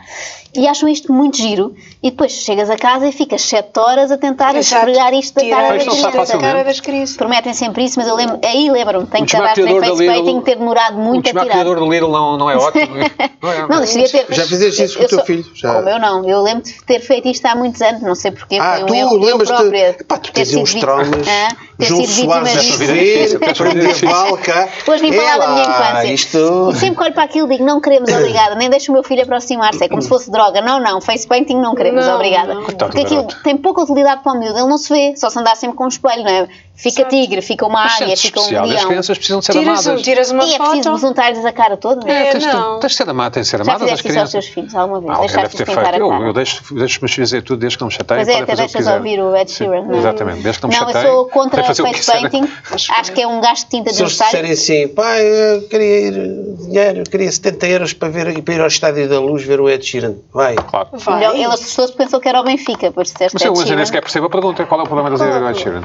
Speaker 3: E acham isto muito giro. E depois chegas a casa e ficas 7 horas a tentar
Speaker 4: Exato.
Speaker 3: esfregar isto da
Speaker 4: Tirar
Speaker 3: cara
Speaker 1: Mas
Speaker 3: das
Speaker 1: não sabe
Speaker 3: crianças.
Speaker 4: da cara
Speaker 1: facilmente.
Speaker 4: das crianças.
Speaker 3: Prometem sempre isso, mas eu lembro, aí lembro-me, tenho
Speaker 1: O
Speaker 3: que acabar sem
Speaker 1: desmaqueador da
Speaker 3: face
Speaker 1: Lidl.
Speaker 3: painting, ter demorado muito
Speaker 1: o
Speaker 3: a tirar.
Speaker 1: desmaqueador do Lidl não, não é ótimo. Não é?
Speaker 3: Não, isto devia ter.
Speaker 2: Já fizeste isso com o
Speaker 3: eu
Speaker 2: teu
Speaker 3: só-
Speaker 2: filho? Já.
Speaker 3: Como eu não. Eu lembro de ter feito isto há muitos anos, não sei porquê.
Speaker 2: Ah,
Speaker 3: foi um
Speaker 2: tu
Speaker 3: erro meu
Speaker 2: lembras-te-
Speaker 3: próprio.
Speaker 2: Pá, tu
Speaker 3: Ter
Speaker 2: tens aí
Speaker 3: sido
Speaker 2: uns
Speaker 3: vítima-
Speaker 2: traumas.
Speaker 3: Ah, Ter
Speaker 2: João
Speaker 3: sido vítima
Speaker 2: Soares,
Speaker 1: dessa
Speaker 3: disto.
Speaker 1: vida é difícil,
Speaker 2: Para o Medieval, cá.
Speaker 3: Hoje vim falar
Speaker 2: É
Speaker 3: da minha
Speaker 2: lá,
Speaker 3: infância.
Speaker 2: Isto...
Speaker 3: E sempre que olho para aquilo digo, não queremos, obrigada. Nem deixo o meu filho aproximar-se. É como se fosse droga. Não, não, face painting não queremos,
Speaker 4: Não,
Speaker 3: obrigada.
Speaker 4: não.
Speaker 1: Coitado do
Speaker 3: Porque aquilo
Speaker 1: garoto.
Speaker 3: tem pouca utilidade para o miúdo. Ele não se vê, só se andar sempre com um espelho, não é? Fica
Speaker 4: Exato.
Speaker 3: tigre, fica uma
Speaker 1: Mas
Speaker 3: águia,
Speaker 1: sente-se
Speaker 3: fica um
Speaker 1: especial. As
Speaker 3: leão.
Speaker 1: crianças precisam de ser
Speaker 4: Tiras, um,
Speaker 1: amadas.
Speaker 4: tiras uma
Speaker 3: E é preciso
Speaker 4: foto.
Speaker 3: voluntar-lhes a cara toda, não é?
Speaker 4: É,
Speaker 1: tens,
Speaker 4: não.
Speaker 1: de, tens de ser amada, tens de ser amada das
Speaker 3: fizeste isso aos
Speaker 1: criandas.
Speaker 3: teus filhos alguma vez?
Speaker 1: Ah, alguém deve
Speaker 3: Deixaste-lhes
Speaker 1: ter
Speaker 3: pintar
Speaker 1: feito.
Speaker 3: a
Speaker 1: Eu,
Speaker 3: cara?
Speaker 1: eu deixo, deixo os meus filhos dizer tudo desde que não me chateiem.
Speaker 3: Pois é,
Speaker 1: podem
Speaker 3: até
Speaker 1: fazer o que
Speaker 3: deixas
Speaker 1: quiserem.
Speaker 3: ouvir o Ed
Speaker 1: Sim,
Speaker 3: Sheeran. não é?
Speaker 1: Exatamente, desde que não me
Speaker 3: Não, eu
Speaker 1: chateiem.
Speaker 3: sou contra
Speaker 1: podem fazer o que
Speaker 3: face
Speaker 1: quiserem.
Speaker 3: painting. Acho que é um gasto de tinta
Speaker 2: Se eles
Speaker 3: desnecessário.
Speaker 2: disserem assim, pai, eu queria ir, dinheiro, eu queria 70 euros para, ver, para ir ao Estádio da Luz ver o Ed Sheeran. Vai.
Speaker 1: Claro.
Speaker 4: Vai.
Speaker 3: Melhor, Ele assustou-se pensou que era o Benfica, por isso disseste
Speaker 1: Mas eu
Speaker 3: Ed
Speaker 1: mas eu nem
Speaker 3: Sheeran.
Speaker 1: sequer percebo a pergunta. Qual é o problema das ideias do Ed Sheeran?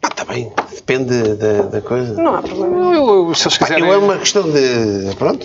Speaker 2: Pá, está tá bem, depende da, da coisa.
Speaker 4: Não há problema.
Speaker 1: Não, eu- eu- se eles
Speaker 2: Pá,
Speaker 1: quiserem...
Speaker 2: eu é uma questão de. Pronto.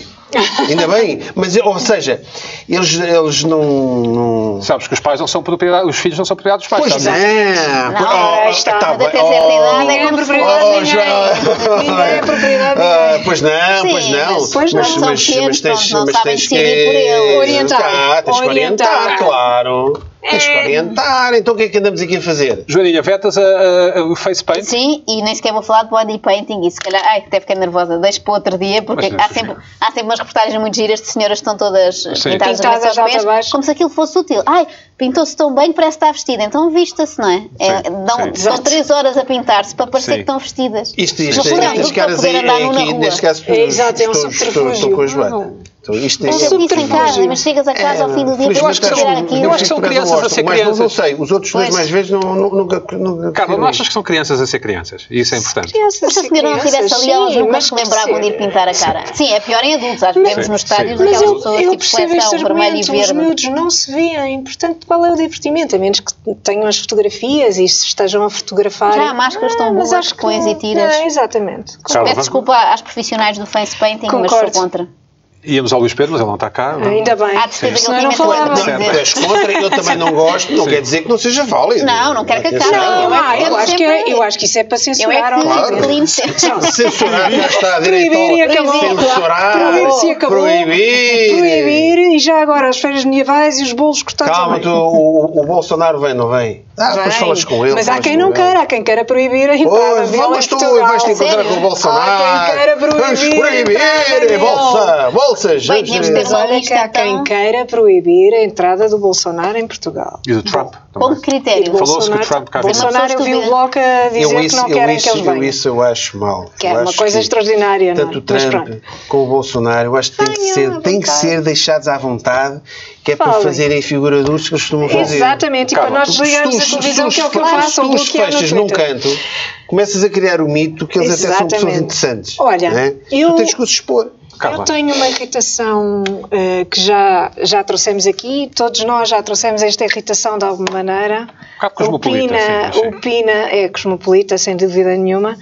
Speaker 2: Ainda bem. Mas, ou seja, eles, eles não. não...
Speaker 1: Sabes que os pais não são propriedade, os filhos não são propriedade dos pais.
Speaker 2: Pois é.
Speaker 1: sabes?
Speaker 2: não.
Speaker 4: aí está.
Speaker 2: tá
Speaker 4: Mas
Speaker 2: bem.
Speaker 3: até certa idade é
Speaker 4: Ninguém é
Speaker 3: como se
Speaker 4: propriedade
Speaker 2: Oh,
Speaker 4: de ninguém.
Speaker 2: já-
Speaker 4: Ninguém é propriedade de
Speaker 2: Ah,
Speaker 4: ninguém.
Speaker 2: pois não, pois
Speaker 3: Sim,
Speaker 2: não.
Speaker 3: mas- pois não, são pequenos, não- não sabem decidir por eles.
Speaker 4: Orientar,
Speaker 2: Tá, tens que orientar,
Speaker 4: orientar.
Speaker 2: claro. Tens que orientar. Então o que é que andamos aqui a fazer?
Speaker 1: Joaninha, vetas a- a- a- o face paint?
Speaker 3: Sim, e nem sequer vou falar de body painting e se calhar, ai, até fiquei nervosa, deixo para outro dia, porque
Speaker 1: Mas,
Speaker 3: há sempre, há sempre umas reportagens muito giras de senhoras que estão todas eh, pintadas,
Speaker 4: Pintadas
Speaker 3: aos
Speaker 4: de alto a
Speaker 3: pés,
Speaker 4: baixo.
Speaker 3: como se aquilo fosse útil. Ai, pintou-se tão bem que parece que está vestida, então vista-se, não é? é
Speaker 1: Sim, sim.
Speaker 3: dão, São
Speaker 4: Exato.
Speaker 3: três horas a pintar-se para parecer
Speaker 1: Sim.
Speaker 3: que estão vestidas.
Speaker 2: Isto,
Speaker 3: Mas
Speaker 2: isto,
Speaker 3: por exemplo,
Speaker 2: estas
Speaker 3: para
Speaker 2: caras aí,
Speaker 3: poder andar nu na
Speaker 2: aqui,
Speaker 3: rua.
Speaker 2: neste caso,
Speaker 4: É, exato, é um
Speaker 2: estou, estou,
Speaker 4: subterfúgio.
Speaker 2: estou com a Joana. Então, isto é,
Speaker 4: É um
Speaker 3: Isso em
Speaker 4: subterfúgio.
Speaker 3: casa, mas chegas a casa ao fim do dia
Speaker 2: Felizmente,
Speaker 1: Eu acho que
Speaker 3: para
Speaker 1: são-
Speaker 3: tirar aquilo.
Speaker 1: eu acho que são
Speaker 2: por acaso,
Speaker 1: crianças a ser
Speaker 2: o mais novo,
Speaker 1: crianças.
Speaker 2: Não sei, os outros dois
Speaker 3: Pois.
Speaker 2: mais velhos não, nu- nunca, nunca
Speaker 1: Carla, não
Speaker 2: queriam
Speaker 1: achas que são crianças a ser crianças? E isso é importante.
Speaker 4: Crianças,
Speaker 3: Se a senhora não
Speaker 4: crianças,
Speaker 3: estivesse ali, elas
Speaker 4: sim,
Speaker 3: nunca
Speaker 4: mas
Speaker 3: se lembravam de ir pintar a cara. Sim, é pior em adultos. Às vezes
Speaker 1: Sim,
Speaker 3: nos estádios,
Speaker 1: sim.
Speaker 4: Mas
Speaker 3: aquelas
Speaker 4: eu,
Speaker 3: pessoas
Speaker 4: eu
Speaker 3: tipo
Speaker 4: percebo
Speaker 3: coleção
Speaker 4: este
Speaker 3: vermelho e
Speaker 4: argumento, os
Speaker 3: verde.
Speaker 4: miúdos não se veem, portanto qual é o divertimento? A menos que tenham as fotografias e se estejam a fotografar.
Speaker 3: Já há máscaras tão
Speaker 4: Ah,
Speaker 3: boas que pões e tiras.
Speaker 4: Não, é, exatamente.
Speaker 1: Carla,
Speaker 3: Peço
Speaker 1: vamos-
Speaker 3: desculpa às profissionais do face painting, mas
Speaker 4: Concordo.
Speaker 3: sou contra.
Speaker 1: Íamos ao Luís Pedro, mas ele não está cá. não? é?
Speaker 4: Ainda bem.
Speaker 3: Hum. Há de é? certeza que
Speaker 4: Senão
Speaker 3: ele
Speaker 4: não
Speaker 3: tinha
Speaker 4: é.
Speaker 3: muito
Speaker 4: falava.
Speaker 3: a
Speaker 2: Não, tu
Speaker 3: dizer.
Speaker 2: és contra, é eu também não gosto, não quer dizer que não seja válido. é
Speaker 3: Não, não quero que
Speaker 2: Atenção.
Speaker 3: acabe.
Speaker 4: Não,
Speaker 3: Eu acho
Speaker 4: ah,
Speaker 3: que
Speaker 4: eu
Speaker 3: ele
Speaker 4: acho que,
Speaker 3: sempre-
Speaker 4: é, eu acho que isso é para
Speaker 3: Eu é
Speaker 4: censurar.
Speaker 3: que
Speaker 4: obviamente.
Speaker 3: declino sempre.
Speaker 2: Censurar, já está direito
Speaker 4: Proibir e
Speaker 2: ao...
Speaker 4: acabou.
Speaker 2: Censurar,
Speaker 4: Proibir-se e acabou.
Speaker 2: proibir.
Speaker 4: Proibir e já agora as feiras medievais e os bolos cortados.
Speaker 2: Calma,
Speaker 4: ao
Speaker 2: tu,
Speaker 4: meio.
Speaker 2: o, o- o Bolsonaro vem, não vem? Ah, depois
Speaker 4: Bem,
Speaker 2: falas com ele.
Speaker 4: Mas há
Speaker 2: falas
Speaker 4: quem
Speaker 2: com
Speaker 4: não
Speaker 2: ele.
Speaker 4: queira, há quem queira proibir a entrada é
Speaker 2: Pois,
Speaker 4: dele
Speaker 2: vamos tu
Speaker 4: em Portugal.
Speaker 2: e vais te encontrar
Speaker 3: sério?
Speaker 2: com o Bolsonaro.
Speaker 4: Há quem queira proibir
Speaker 2: Vamos
Speaker 4: a entrada
Speaker 2: proibir,
Speaker 4: dele.
Speaker 2: bolsa, bolsas.
Speaker 3: Bem, tínhamos de ter
Speaker 4: Mas
Speaker 3: uma
Speaker 4: olha que
Speaker 3: lista,
Speaker 4: há quem
Speaker 3: então.
Speaker 4: queira proibir a entrada do Bolsonaro em Portugal.
Speaker 1: E do Trump.
Speaker 3: Com que
Speaker 1: também.
Speaker 3: critério?
Speaker 1: Falou-se que o Trump cá
Speaker 3: vem.
Speaker 4: Bolsonaro eu vi
Speaker 3: Uma pessoa
Speaker 4: o Bloco a dizer
Speaker 2: eu
Speaker 4: que
Speaker 2: isso,
Speaker 4: não
Speaker 2: eu
Speaker 4: querem
Speaker 2: isso,
Speaker 4: que ele
Speaker 2: eu
Speaker 4: venha.
Speaker 2: isso eu acho mal.
Speaker 4: Que
Speaker 2: Eu
Speaker 4: é uma
Speaker 2: acho
Speaker 4: coisa
Speaker 2: que
Speaker 4: extraordinária, não é?
Speaker 2: Tanto o
Speaker 4: Mas
Speaker 2: Trump
Speaker 4: pronto.
Speaker 2: com o Bolsonaro, eu acho que tem que
Speaker 4: Venham
Speaker 2: ser,
Speaker 4: à
Speaker 2: tem que
Speaker 4: vontade.
Speaker 2: ser deixados à vontade, que é para
Speaker 4: Falem.
Speaker 2: fazerem figura dos que eles costumam fazer.
Speaker 4: Exatamente, e
Speaker 1: Carla,
Speaker 4: para nós desligarmos a
Speaker 2: se tu-
Speaker 4: televisão,
Speaker 2: se
Speaker 4: que é o que eu
Speaker 2: tu-
Speaker 4: faço,
Speaker 2: se
Speaker 4: ou
Speaker 2: tu
Speaker 4: o
Speaker 2: os
Speaker 4: que é no
Speaker 2: fechas num
Speaker 4: Twitter.
Speaker 2: canto, começas a criar o mito que eles até são pessoas
Speaker 4: Exatamente.
Speaker 2: interessantes.
Speaker 4: Olha,
Speaker 2: né?
Speaker 4: eu-
Speaker 2: tu tens que os expor.
Speaker 1: Carla.
Speaker 4: Eu tenho uma irritação eh, que já, já trouxemos aqui, todos nós já trouxemos esta irritação de alguma maneira.
Speaker 2: É
Speaker 1: bocado cosmopolita,
Speaker 4: o Pina,
Speaker 1: sim, sim.
Speaker 4: o Pina é cosmopolita, sem dúvida nenhuma.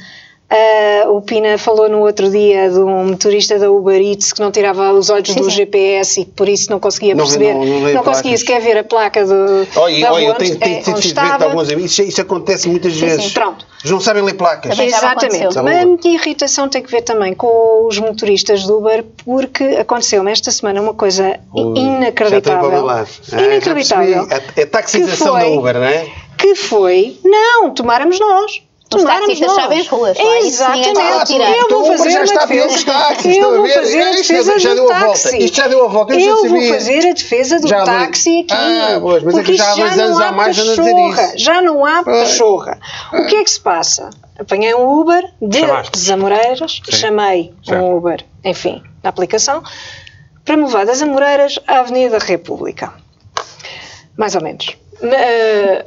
Speaker 4: Ah, o Pina falou no outro dia de um motorista da Uber Eats que não tirava os olhos do
Speaker 3: sim.
Speaker 4: GPS e que por isso não conseguia
Speaker 2: Não vi-
Speaker 4: perceber,
Speaker 2: não- não vi
Speaker 4: conseguia
Speaker 2: placas.
Speaker 4: sequer ver a placa do.
Speaker 2: Olha,
Speaker 4: da
Speaker 2: olha eu
Speaker 4: onde-
Speaker 2: tenho, tenho,
Speaker 4: eh,
Speaker 2: tenho tido
Speaker 4: onde
Speaker 2: de
Speaker 4: estava.
Speaker 2: alguns amigos. Isso, isso é, acontece muitas vezes.
Speaker 4: Pronto. é
Speaker 2: Eles não sabem ler placas.
Speaker 3: Também já me
Speaker 2: Tá
Speaker 4: Exatamente.
Speaker 3: aconteceu.
Speaker 4: Mas a minha irritação tem que ver também com os motoristas do Uber, porque aconteceu-me esta semana uma coisa
Speaker 2: Ui, Ah, Já estou
Speaker 4: inacreditável.
Speaker 2: para
Speaker 4: inacreditável.
Speaker 2: É, é taxização
Speaker 4: Que
Speaker 2: da
Speaker 4: foi-
Speaker 2: Uber, não é?
Speaker 4: Que foi, não, tomáramos nós.
Speaker 3: Os
Speaker 4: Tomáramos
Speaker 3: taxistas
Speaker 4: nós.
Speaker 3: sabem as ruas, não é? Isso ninguém
Speaker 4: Exatamente.
Speaker 3: pode tirar.
Speaker 4: eu
Speaker 2: Então,
Speaker 4: vou
Speaker 2: o Uber
Speaker 4: fazer
Speaker 2: já
Speaker 4: a
Speaker 2: está a pedir
Speaker 4: defesa.
Speaker 2: os táxis,
Speaker 4: eu
Speaker 2: estão a
Speaker 4: vou
Speaker 2: ver?
Speaker 4: fazer a
Speaker 2: Isto
Speaker 4: defesa
Speaker 2: já
Speaker 4: do
Speaker 2: deu a volta.
Speaker 4: táxi.
Speaker 2: Isto já deu a volta, eu já
Speaker 4: Eu vou
Speaker 2: sabia.
Speaker 4: fazer a defesa do
Speaker 2: Já há dois-
Speaker 4: táxi aqui.
Speaker 2: Ah, pois, mas é que
Speaker 4: porque
Speaker 2: já há
Speaker 4: isto
Speaker 2: dois
Speaker 4: já
Speaker 2: anos Ah.
Speaker 4: não
Speaker 2: há
Speaker 4: há
Speaker 2: mais a dizer
Speaker 4: pachorra.
Speaker 2: isso.
Speaker 4: Já não há
Speaker 2: Pois.
Speaker 4: pachorra. O que é que se passa? Apanhei um Uber
Speaker 1: Chamaste.
Speaker 4: de Zamoreiras,
Speaker 1: Sim.
Speaker 4: chamei
Speaker 1: Certo.
Speaker 4: um Uber, enfim, na aplicação, para me levar das Amoreiras à Avenida República. Mais ou menos. Ma- eh,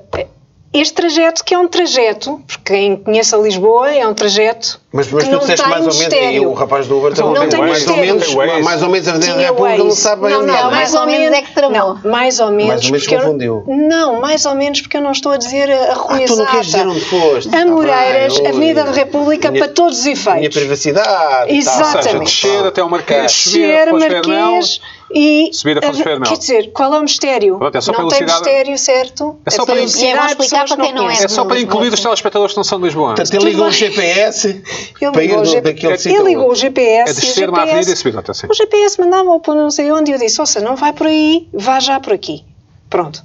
Speaker 4: este trajeto, que é um trajeto, porque quem conhece a Lisboa é um trajeto.
Speaker 2: Mas, mas
Speaker 4: que
Speaker 2: tu
Speaker 4: não
Speaker 2: disseste
Speaker 4: tem
Speaker 2: mais ou menos,
Speaker 4: mistério.
Speaker 2: e o rapaz do Uber
Speaker 4: Não
Speaker 2: também,
Speaker 4: tem
Speaker 2: mais, ou menos,
Speaker 4: mistérios.
Speaker 2: mais ou menos a Avenida da
Speaker 4: Tinha
Speaker 2: República não
Speaker 4: Waze.
Speaker 2: sabe bem
Speaker 4: não,
Speaker 2: onde
Speaker 4: não,
Speaker 2: é.
Speaker 4: mais ou menos
Speaker 3: é que travou.
Speaker 4: Não, mais ou menos.
Speaker 2: ou menos
Speaker 4: porque eu-
Speaker 2: confundiu.
Speaker 4: não, mais ou menos porque eu não estou a dizer a a rua
Speaker 2: Ah, tu não queres dizer
Speaker 4: exata.
Speaker 2: onde foste. Tá
Speaker 4: A
Speaker 2: bem,
Speaker 4: Moreiras,
Speaker 2: ui.
Speaker 4: Avenida da República,
Speaker 2: Minha-
Speaker 4: para todos os
Speaker 2: Minha
Speaker 4: efeitos.
Speaker 2: privacidade. e tal.
Speaker 1: Ou seja,
Speaker 4: Exatamente.
Speaker 1: descer até o Marquês, subir
Speaker 4: Descer,
Speaker 1: a Fonte
Speaker 4: Marquês e.
Speaker 1: subir a Fonte Fernal.
Speaker 4: Quer dizer, qual é o mistério?
Speaker 1: Pronto, é só
Speaker 4: não
Speaker 1: pela
Speaker 4: tem
Speaker 1: cidade-
Speaker 4: mistério, certo?
Speaker 1: É só
Speaker 4: pela
Speaker 1: para-
Speaker 4: cidade,
Speaker 3: E é bom explicar
Speaker 4: pessoas
Speaker 3: para quem não é.
Speaker 1: É
Speaker 4: conhecem.
Speaker 1: só para incluir os telespectadores que não são de Lisboa.
Speaker 2: Portanto, ele ligou o
Speaker 4: bem.
Speaker 2: GPS
Speaker 4: Ele
Speaker 2: para
Speaker 4: ligou
Speaker 2: ir
Speaker 4: o
Speaker 2: do,
Speaker 4: G-
Speaker 2: daquele
Speaker 4: ele
Speaker 2: sítio. ao
Speaker 4: ligou o
Speaker 2: outro.
Speaker 4: GPS.
Speaker 1: É
Speaker 4: e o
Speaker 1: descer uma
Speaker 4: GPS
Speaker 1: avenida e subir outra, sim. é assim.
Speaker 4: O GPS mandava para não sei onde e eu disse: Ouça, não vai por aí, vá já por aqui. Pronto.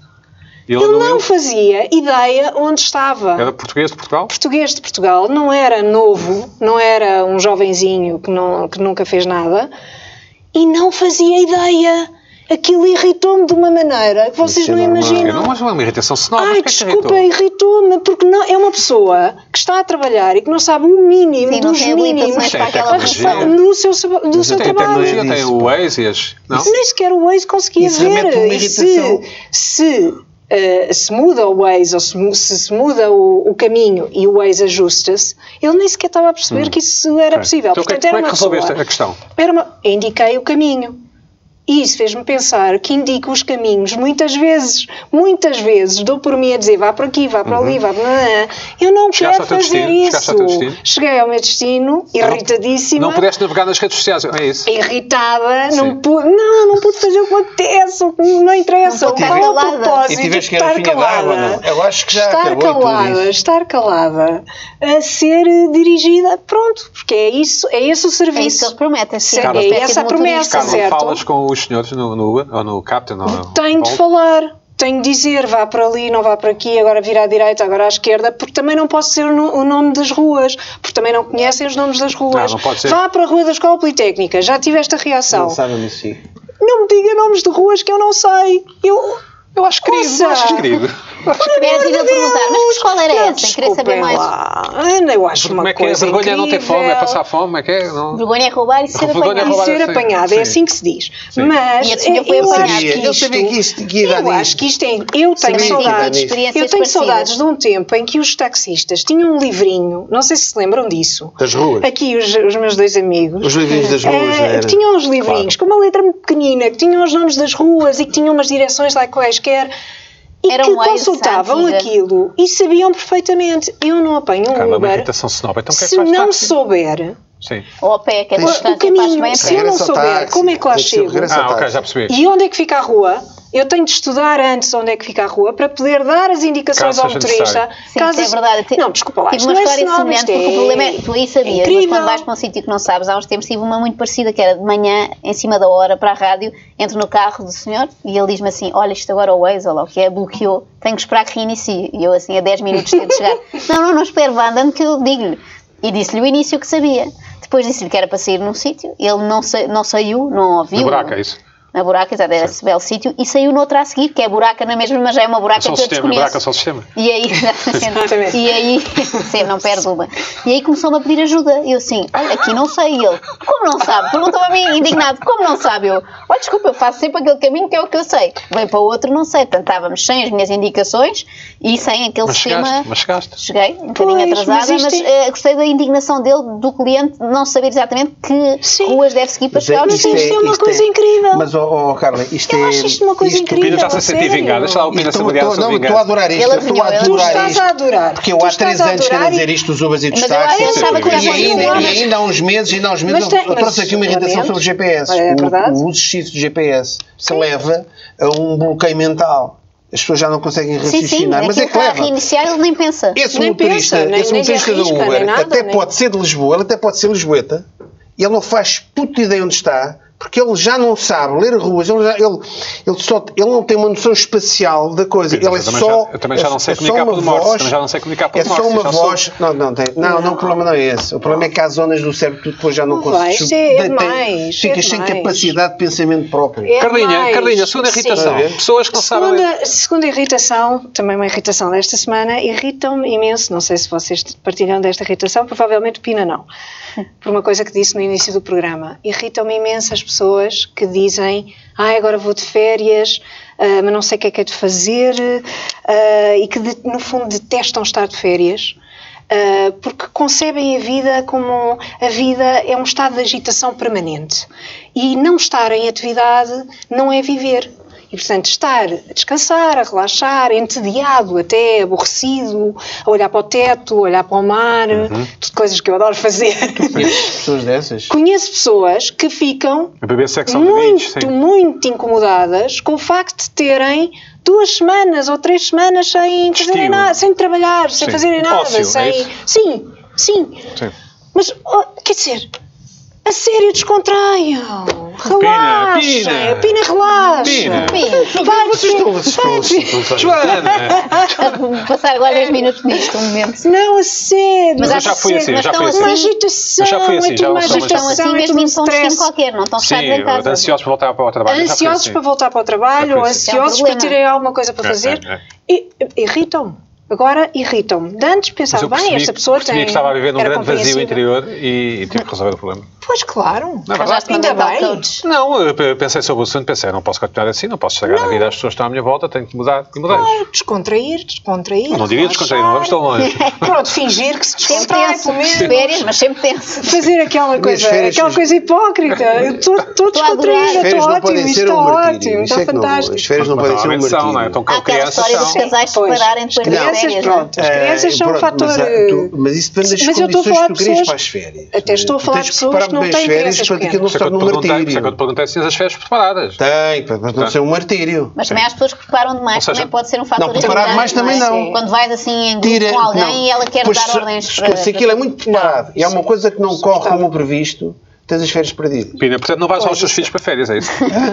Speaker 1: E ele
Speaker 4: Ele
Speaker 1: não
Speaker 4: não
Speaker 1: ia-
Speaker 4: fazia ideia onde estava.
Speaker 1: Era português de Portugal?
Speaker 4: português de Portugal, não era novo, não era um jovenzinho que, não, que nunca fez nada e não fazia ideia. Aquilo irritou-me de uma maneira que vocês
Speaker 2: Isso é
Speaker 4: não
Speaker 2: normal.
Speaker 1: Eu
Speaker 4: imaginam.
Speaker 1: não, mas é uma irritação sonora.
Speaker 4: Ai,
Speaker 1: mas o que é que te
Speaker 4: desculpa,
Speaker 1: irritou?
Speaker 4: irritou-me, porque não, é uma pessoa que está a trabalhar e que não sabe o mínimo
Speaker 3: Sim, não
Speaker 4: dos
Speaker 3: tem habilitações
Speaker 4: mínimos
Speaker 1: Tem
Speaker 3: para aquela
Speaker 1: tecnologia.
Speaker 3: função.
Speaker 4: no seu, sab- do seu
Speaker 1: tem
Speaker 4: trabalho.
Speaker 1: tecnologia, tem o Waze e as... Não? é
Speaker 4: Nem sequer o Waze conseguia
Speaker 2: Isso remete a uma
Speaker 4: ver. E se,
Speaker 2: irritação.
Speaker 4: se, eh, se muda o Waze ou se, mu- se se muda o, o caminho e o Waze ajusta-se, ele nem sequer estava a perceber que isso era possível.
Speaker 1: Hum. Então, o que é
Speaker 4: Portanto,
Speaker 1: que-
Speaker 4: era
Speaker 1: como é que
Speaker 4: uma
Speaker 1: resolveste a
Speaker 4: pessoa-
Speaker 1: questão?
Speaker 4: era uma- indiquei o caminho. E isso fez-me pensar que indico os caminhos muitas vezes, muitas vezes dou por mim a dizer vá para aqui, vá para ali, vá para lá. Eu não
Speaker 1: Uhum. Chegaste ao
Speaker 4: quero
Speaker 1: teu
Speaker 4: fazer
Speaker 1: destino? Chegaste
Speaker 4: isso.
Speaker 1: ao teu destino?
Speaker 4: Cheguei ao meu destino, irritadíssima
Speaker 1: Não pudeste navegar nas redes sociais, é isso?
Speaker 4: irritada,
Speaker 1: Sim.
Speaker 4: não pude, não, não pude fazer o que acontece, o que não interessa,
Speaker 3: Não
Speaker 4: o qual é o
Speaker 3: calada.
Speaker 2: E
Speaker 4: propósito,
Speaker 2: tiveste que ir ao fim
Speaker 4: estar
Speaker 2: da água, não?
Speaker 4: calada.
Speaker 2: Eu acho que já
Speaker 4: Estar
Speaker 2: acabou tudo
Speaker 4: calada,
Speaker 2: isso.
Speaker 4: estar calada, a ser eh, dirigida, pronto, porque é isso, é esse o
Speaker 3: É isso que
Speaker 4: serviço.
Speaker 3: eles prometem. sim,
Speaker 4: Sim,
Speaker 3: uma
Speaker 1: é
Speaker 3: espécie de
Speaker 4: essa a
Speaker 3: motorista.
Speaker 4: promessa,
Speaker 1: Carla,
Speaker 4: certo.
Speaker 1: falas com os senhores no, no Uber, ou no Captain, ou no...
Speaker 4: Tenho de
Speaker 1: Bolt?
Speaker 4: falar, tenho de dizer, vá para ali, não vá para aqui, agora vira à direita, agora à esquerda, porque também não posso ser o no- o nome das ruas, porque também não conhecem os nomes das ruas.
Speaker 1: não pode ser.
Speaker 4: Vá para a Rua da Escola Politécnica, já tive esta reação.
Speaker 2: Não sabem isso. sim.
Speaker 4: Não me diga nomes de ruas que eu não sei. Eu, eu acho querido. Ouça,
Speaker 1: Achas querido?
Speaker 3: É assim, eu perguntar, mas que escola era
Speaker 4: Não,
Speaker 3: essa? Eu Queria saber
Speaker 4: desculpem
Speaker 3: mais.
Speaker 4: lá. Ana, eu acho uma
Speaker 1: Como é que é?
Speaker 4: coisa
Speaker 1: Vergonha é não ter
Speaker 4: incrível.
Speaker 1: fome, é passar fome, como é que é? Não...
Speaker 3: Vergonha é roubar e ser
Speaker 1: Vergonha é
Speaker 3: apanhado.
Speaker 1: roubar.
Speaker 4: E ser
Speaker 1: Sim,
Speaker 4: apanhada,
Speaker 1: sim.
Speaker 4: é assim que se diz.
Speaker 1: Sim.
Speaker 4: Mas
Speaker 3: E a
Speaker 4: eu,
Speaker 3: senhora foi
Speaker 4: eu acho
Speaker 3: apanhada.
Speaker 4: que
Speaker 2: Sabia, eu
Speaker 4: isto...
Speaker 2: sabia que isto que ia dar
Speaker 4: Eu acho
Speaker 2: nisso.
Speaker 4: que isto é. Eu
Speaker 3: Também
Speaker 4: tenho
Speaker 3: tenho tido
Speaker 4: saudades.
Speaker 3: experiências
Speaker 4: Eu tenho
Speaker 3: parecidas.
Speaker 4: saudades de um tempo em que os taxistas tinham um livrinho, não sei se se lembram disso.
Speaker 2: Das ruas.
Speaker 4: Aqui os, os meus dois amigos.
Speaker 2: Os livrinhos das ruas, né?
Speaker 4: Eh,
Speaker 2: não era?
Speaker 4: É que tinham os livrinhos com uma letra muito pequenina, que tinham os nomes das ruas e que tinham umas direções lá quaisquer. E
Speaker 3: Era
Speaker 4: que
Speaker 3: um Waze
Speaker 4: consultavam
Speaker 3: antiga.
Speaker 4: aquilo e sabiam perfeitamente. Eu não apanho um
Speaker 1: Carla, é uma
Speaker 4: Uber
Speaker 1: irritação sonora. Então o que é que
Speaker 4: se
Speaker 1: faz
Speaker 4: não
Speaker 1: táxi?
Speaker 4: souber
Speaker 1: Sim.
Speaker 3: Ou a pé, que é
Speaker 4: o,
Speaker 3: distância, faz
Speaker 4: o caminho.
Speaker 3: bem assim. a
Speaker 4: Se
Speaker 2: Regressa
Speaker 3: pé.
Speaker 4: eu não
Speaker 2: ao
Speaker 4: souber
Speaker 2: táxi.
Speaker 4: como é que lá
Speaker 2: Tem que ser o
Speaker 4: chego
Speaker 2: regresso
Speaker 1: Ah,
Speaker 2: Só
Speaker 1: ok,
Speaker 2: táxi.
Speaker 1: já percebi.
Speaker 4: e onde é que fica a rua, eu tenho de estudar antes onde é que fica a rua para poder dar as indicações
Speaker 1: Caso
Speaker 4: ao
Speaker 1: seja
Speaker 4: motorista.
Speaker 1: necessário.
Speaker 3: Sim, isso é verdade. Ti-
Speaker 4: Não, desculpa lá,
Speaker 3: Tive
Speaker 4: isto
Speaker 3: uma
Speaker 4: não é
Speaker 3: história
Speaker 4: sinal,
Speaker 3: semelhante,
Speaker 4: isto
Speaker 3: porque
Speaker 4: é-
Speaker 3: o problema é que tu aí sabias, mas
Speaker 4: incrível.
Speaker 3: quando vais para um sítio que não sabes, há uns tempos tive uma muito parecida, que era de manhã, em cima da hora, para a rádio, entro no carro do senhor e ele diz-me assim, olha isto agora é o Waze, olha lá o que é, bloqueou, tenho que esperar que reinicie. E eu assim, a 10 minutos tento chegar, não, não, não, espero, vá andando que eu digo-lhe. E disse-lhe o início que sabia. Depois disse-lhe que era para sair num sítio, ele não, sa- não saiu, não ouviu.
Speaker 1: No buraco, é isso?
Speaker 3: Na buraca, exato, era esse belo sítio, e saiu noutra a seguir, que é buraca na mesma, mas já é uma buraca
Speaker 1: É só o
Speaker 3: que eu
Speaker 1: sistema, é
Speaker 3: desconheço.
Speaker 1: buraco, é só o sistema.
Speaker 3: E aí,
Speaker 4: Exatamente.
Speaker 3: e aí, sim, não perde uma. E aí começou-me a pedir ajuda. Eu assim, olha, aqui não sei. E ele, como não sabe? Perguntou-me a mim, indignado, como não sabe? Eu, olha, desculpa, eu faço sempre aquele caminho que é o que eu sei. Vem para o outro, não sei. Portanto, estávamos sem as minhas indicações e sem aquele
Speaker 1: Mas
Speaker 3: sistema.
Speaker 1: chegaste, mas chegaste.
Speaker 3: Cheguei, um bocadinho
Speaker 4: Pois,
Speaker 3: atrasada,
Speaker 4: mas
Speaker 3: mas,
Speaker 4: isto
Speaker 3: eh, gostei da indignação dele, do cliente, não saber exatamente que
Speaker 4: Sim.
Speaker 3: ruas deve seguir para
Speaker 2: Mas é-
Speaker 3: chegar ao
Speaker 4: isto
Speaker 3: destino.
Speaker 4: é uma coisa incrível.
Speaker 2: Mas, ó, ó, Carla, isto
Speaker 4: Eu
Speaker 2: é...
Speaker 4: acho isto uma coisa
Speaker 2: isto-
Speaker 1: O Pina
Speaker 4: incrível.
Speaker 1: está-se a sentir
Speaker 4: sério.
Speaker 1: vingado. Deixa lá o Pina se
Speaker 2: Estou,
Speaker 1: a
Speaker 2: estou, não,
Speaker 1: se
Speaker 2: estou a adorar isto.
Speaker 3: Ele
Speaker 2: eu Estou a
Speaker 3: adivinhou, ele
Speaker 4: Tu
Speaker 2: adorar
Speaker 4: estás
Speaker 2: isto.
Speaker 4: a adorar.
Speaker 2: Porque eu
Speaker 4: Tu
Speaker 2: há três
Speaker 4: estás a
Speaker 2: anos que ando a
Speaker 4: adorar
Speaker 2: dizer
Speaker 4: e-
Speaker 2: isto dos Ubers e dos
Speaker 3: Mas eu
Speaker 2: táxis.
Speaker 3: achava
Speaker 1: que era
Speaker 2: e,
Speaker 1: só
Speaker 2: ainda,
Speaker 1: um,
Speaker 2: e
Speaker 1: mas-
Speaker 2: ainda há uns meses, ainda há uns meses,
Speaker 4: Mas
Speaker 2: eu,
Speaker 4: tem-
Speaker 2: eu trouxe
Speaker 4: mas
Speaker 2: aqui uma irritação
Speaker 4: lamento.
Speaker 2: sobre o GPS.
Speaker 4: É verdade.
Speaker 2: o, o uso excessivo do GPS que leva a um bloqueio mental. As pessoas já não conseguem
Speaker 3: Sim, sim,
Speaker 2: raciocinar, mas é que
Speaker 3: aquilo para
Speaker 2: leva.
Speaker 3: reiniciar ele nem pensa.
Speaker 2: Esse
Speaker 4: Nem
Speaker 2: motorista,
Speaker 4: pensa, nem-
Speaker 2: esse
Speaker 4: nem
Speaker 2: motorista do
Speaker 4: arrisca, nem
Speaker 2: Uber
Speaker 4: nada,
Speaker 2: até
Speaker 4: nem-
Speaker 2: pode ser de Lisboa, ele até pode ser lisboeta, e ele não faz puta ideia onde está, porque ele já não sabe ler ruas, ele, já- ele, ele só, ele não tem uma noção espacial da coisa.
Speaker 1: Sim,
Speaker 2: ele é
Speaker 1: mas eu também
Speaker 2: só.
Speaker 1: já- eu também já não sei
Speaker 2: é só
Speaker 1: comunicar
Speaker 2: uma
Speaker 1: pelo Morse,
Speaker 2: voz-
Speaker 1: também já não sei comunicar pelo
Speaker 2: É só
Speaker 1: Morse,
Speaker 2: uma
Speaker 1: já sou-
Speaker 2: voz. Não, não, tem, não, não, o problema não é esse. O problema é que há zonas do cérebro que tu depois já não,
Speaker 4: Não vai,
Speaker 2: consegues.
Speaker 4: isso é
Speaker 2: tem-
Speaker 4: demais, é
Speaker 2: Ficas sem
Speaker 4: demais.
Speaker 2: capacidade de pensamento próprio.
Speaker 4: É
Speaker 1: Carlinha,
Speaker 4: mais.
Speaker 1: Carlinha, segunda
Speaker 4: Sim.
Speaker 1: irritação.
Speaker 2: Sim.
Speaker 1: Pessoas que não sabem... ler.
Speaker 4: Segunda, segunda irritação, também uma irritação desta semana, irritam-me imenso. Não sei se vocês partilham desta irritação, provavelmente Pina não. Por uma coisa que disse no início do programa. Irritam-me imenso as pessoas que dizem ah, agora vou de férias, ah, mas não sei o que é que é de fazer, ah, e que de- no fundo detestam estar de férias. ah, porque concebem a vida como a vida é um estado de agitação permanente e não estar em atividade não é viver. E, portanto, estar a descansar, a relaxar, entediado até, aborrecido, a olhar para o teto, a olhar para o mar, tudo coisas que eu adoro fazer.
Speaker 2: pessoas dessas?
Speaker 4: Conheço pessoas que ficam
Speaker 1: A beber secção de beach,
Speaker 4: muito,
Speaker 1: sim.
Speaker 4: muito incomodadas com o facto de terem duas semanas ou três semanas sem fazerem
Speaker 1: Estilo.
Speaker 4: nada, sem trabalhar, sem
Speaker 1: Sim.
Speaker 4: fazerem nada,
Speaker 1: Ócio, é
Speaker 4: sem.
Speaker 1: isso?
Speaker 4: sim, sim.
Speaker 1: Sim.
Speaker 4: Mas, oh, quer dizer, a sério, descontraiam. Relaxem.
Speaker 1: Pina.
Speaker 4: Pina, relaxa.
Speaker 1: Pina.
Speaker 3: Bem,
Speaker 4: Vai, Pina.
Speaker 1: Joana!
Speaker 3: vou passar agora 10 minutos nisto, um momento.
Speaker 4: Não, a sério.
Speaker 3: Mas
Speaker 1: Eu já fui assim,
Speaker 3: Mas
Speaker 1: já
Speaker 3: estão
Speaker 1: fui
Speaker 4: Uma
Speaker 1: assim.
Speaker 3: assim.
Speaker 4: agitação,
Speaker 1: Eu já fui assim,
Speaker 4: é
Speaker 1: já
Speaker 4: tudo uma
Speaker 1: sou, mas-
Speaker 3: Estão
Speaker 4: agitação,
Speaker 3: assim
Speaker 4: é tudo
Speaker 3: mesmo
Speaker 4: um
Speaker 3: em pontos
Speaker 4: stress.
Speaker 3: de qualquer, não estão
Speaker 1: Sim,
Speaker 3: fechados em casa.
Speaker 1: ansiosos para voltar para o trabalho. eu já fui
Speaker 4: ansiosos
Speaker 1: assim.
Speaker 4: para voltar para o
Speaker 1: Já
Speaker 4: trabalho,
Speaker 1: foi assim.
Speaker 3: É
Speaker 4: ansiosos
Speaker 3: um
Speaker 4: para
Speaker 3: problema.
Speaker 4: terem alguma coisa para
Speaker 1: É,
Speaker 4: fazer.
Speaker 1: é, é.
Speaker 4: E- Irritam-me. Agora irritam-me. De antes
Speaker 1: Mas
Speaker 4: pensava,
Speaker 1: eu
Speaker 4: bem,
Speaker 1: percebi-
Speaker 4: esta pessoa
Speaker 1: percebi
Speaker 4: tem.
Speaker 1: que estava a viver num
Speaker 4: era
Speaker 1: grande vazio
Speaker 4: compreensiva.
Speaker 1: interior e, e tive que resolver o problema.
Speaker 4: Pois claro.
Speaker 1: Não é verdade?
Speaker 3: Arraste-me
Speaker 4: Ainda
Speaker 3: a mental
Speaker 4: bem.
Speaker 3: coach.
Speaker 1: Não, eu pe- pensei sobre o assunto, pensei, não posso continuar assim, não posso estragar a vida às pessoas que estão à minha volta, tenho que mudar, que mudar.
Speaker 4: Claro, É, descontrair, descontrair. É,
Speaker 1: Não diria descontrair, não vamos tão longe.
Speaker 4: Pronto, fingir que se
Speaker 3: Sempre
Speaker 4: descontrai,
Speaker 3: tenso,
Speaker 4: pelo menos.
Speaker 3: férias, mas sempre tenso.
Speaker 4: Fazer aquela coisa,
Speaker 2: férias-
Speaker 4: aquela coisa hipócrita. Eu estou
Speaker 3: Estou a adorar.
Speaker 4: descontraída,
Speaker 2: As férias
Speaker 4: estou
Speaker 2: não
Speaker 4: é ótimo,
Speaker 2: podem
Speaker 4: isto
Speaker 2: ser
Speaker 4: está
Speaker 2: um
Speaker 4: ótimo,
Speaker 2: martírio. Isso
Speaker 4: está
Speaker 2: é que não, as
Speaker 4: fantástico.
Speaker 2: férias não podem ser um
Speaker 1: Normalmente são, não é?
Speaker 2: martírio.
Speaker 1: Estão
Speaker 3: Há
Speaker 1: com
Speaker 3: aquela
Speaker 1: crianças,
Speaker 3: história dos
Speaker 1: são.
Speaker 3: casais
Speaker 4: Pois.
Speaker 3: separarem depois das
Speaker 4: Crianças,
Speaker 3: férias. não é?
Speaker 4: pronto. As crianças
Speaker 2: Eh,
Speaker 4: são um
Speaker 2: pronto,
Speaker 4: fator.
Speaker 2: Mas, há-
Speaker 1: é,
Speaker 2: tu- mas isso depende das
Speaker 4: Mas eu estou a
Speaker 2: condições
Speaker 4: falar
Speaker 2: que tu
Speaker 4: de
Speaker 2: querias
Speaker 4: pessoas-
Speaker 2: para as férias.
Speaker 4: Até estou a
Speaker 2: Tu
Speaker 4: falar
Speaker 2: tens
Speaker 4: de pessoas que
Speaker 2: preparar-me
Speaker 4: não
Speaker 2: bem
Speaker 4: têm
Speaker 2: as férias
Speaker 4: crianças
Speaker 2: para que aquilo não
Speaker 1: Por isso é
Speaker 2: se
Speaker 1: que eu te
Speaker 2: torne um
Speaker 1: perguntei, por isso é que eu te é
Speaker 2: martírio.
Speaker 1: perguntei se tinhas as férias preparadas.
Speaker 2: Tem, para para não
Speaker 1: Tá.
Speaker 2: ser um martírio.
Speaker 3: Mas também há as pessoas que preparam demais,
Speaker 1: Ou seja,
Speaker 3: também pode ser um fator
Speaker 2: não, preparar
Speaker 3: intimidante,
Speaker 2: demais
Speaker 3: é?
Speaker 2: também não.
Speaker 3: Quando vais assim em grupo
Speaker 2: Tira,
Speaker 3: com alguém
Speaker 2: não.
Speaker 3: e ela quer
Speaker 2: Pois
Speaker 3: dar
Speaker 2: se-
Speaker 3: ordens
Speaker 2: se,
Speaker 3: para...
Speaker 2: Se aquilo é muito preparado e há uma coisa que não corre
Speaker 4: Está.
Speaker 2: como previsto, tens as férias perdidas.
Speaker 1: Pina, portanto, não vais levar os teus filhos para férias, é isso?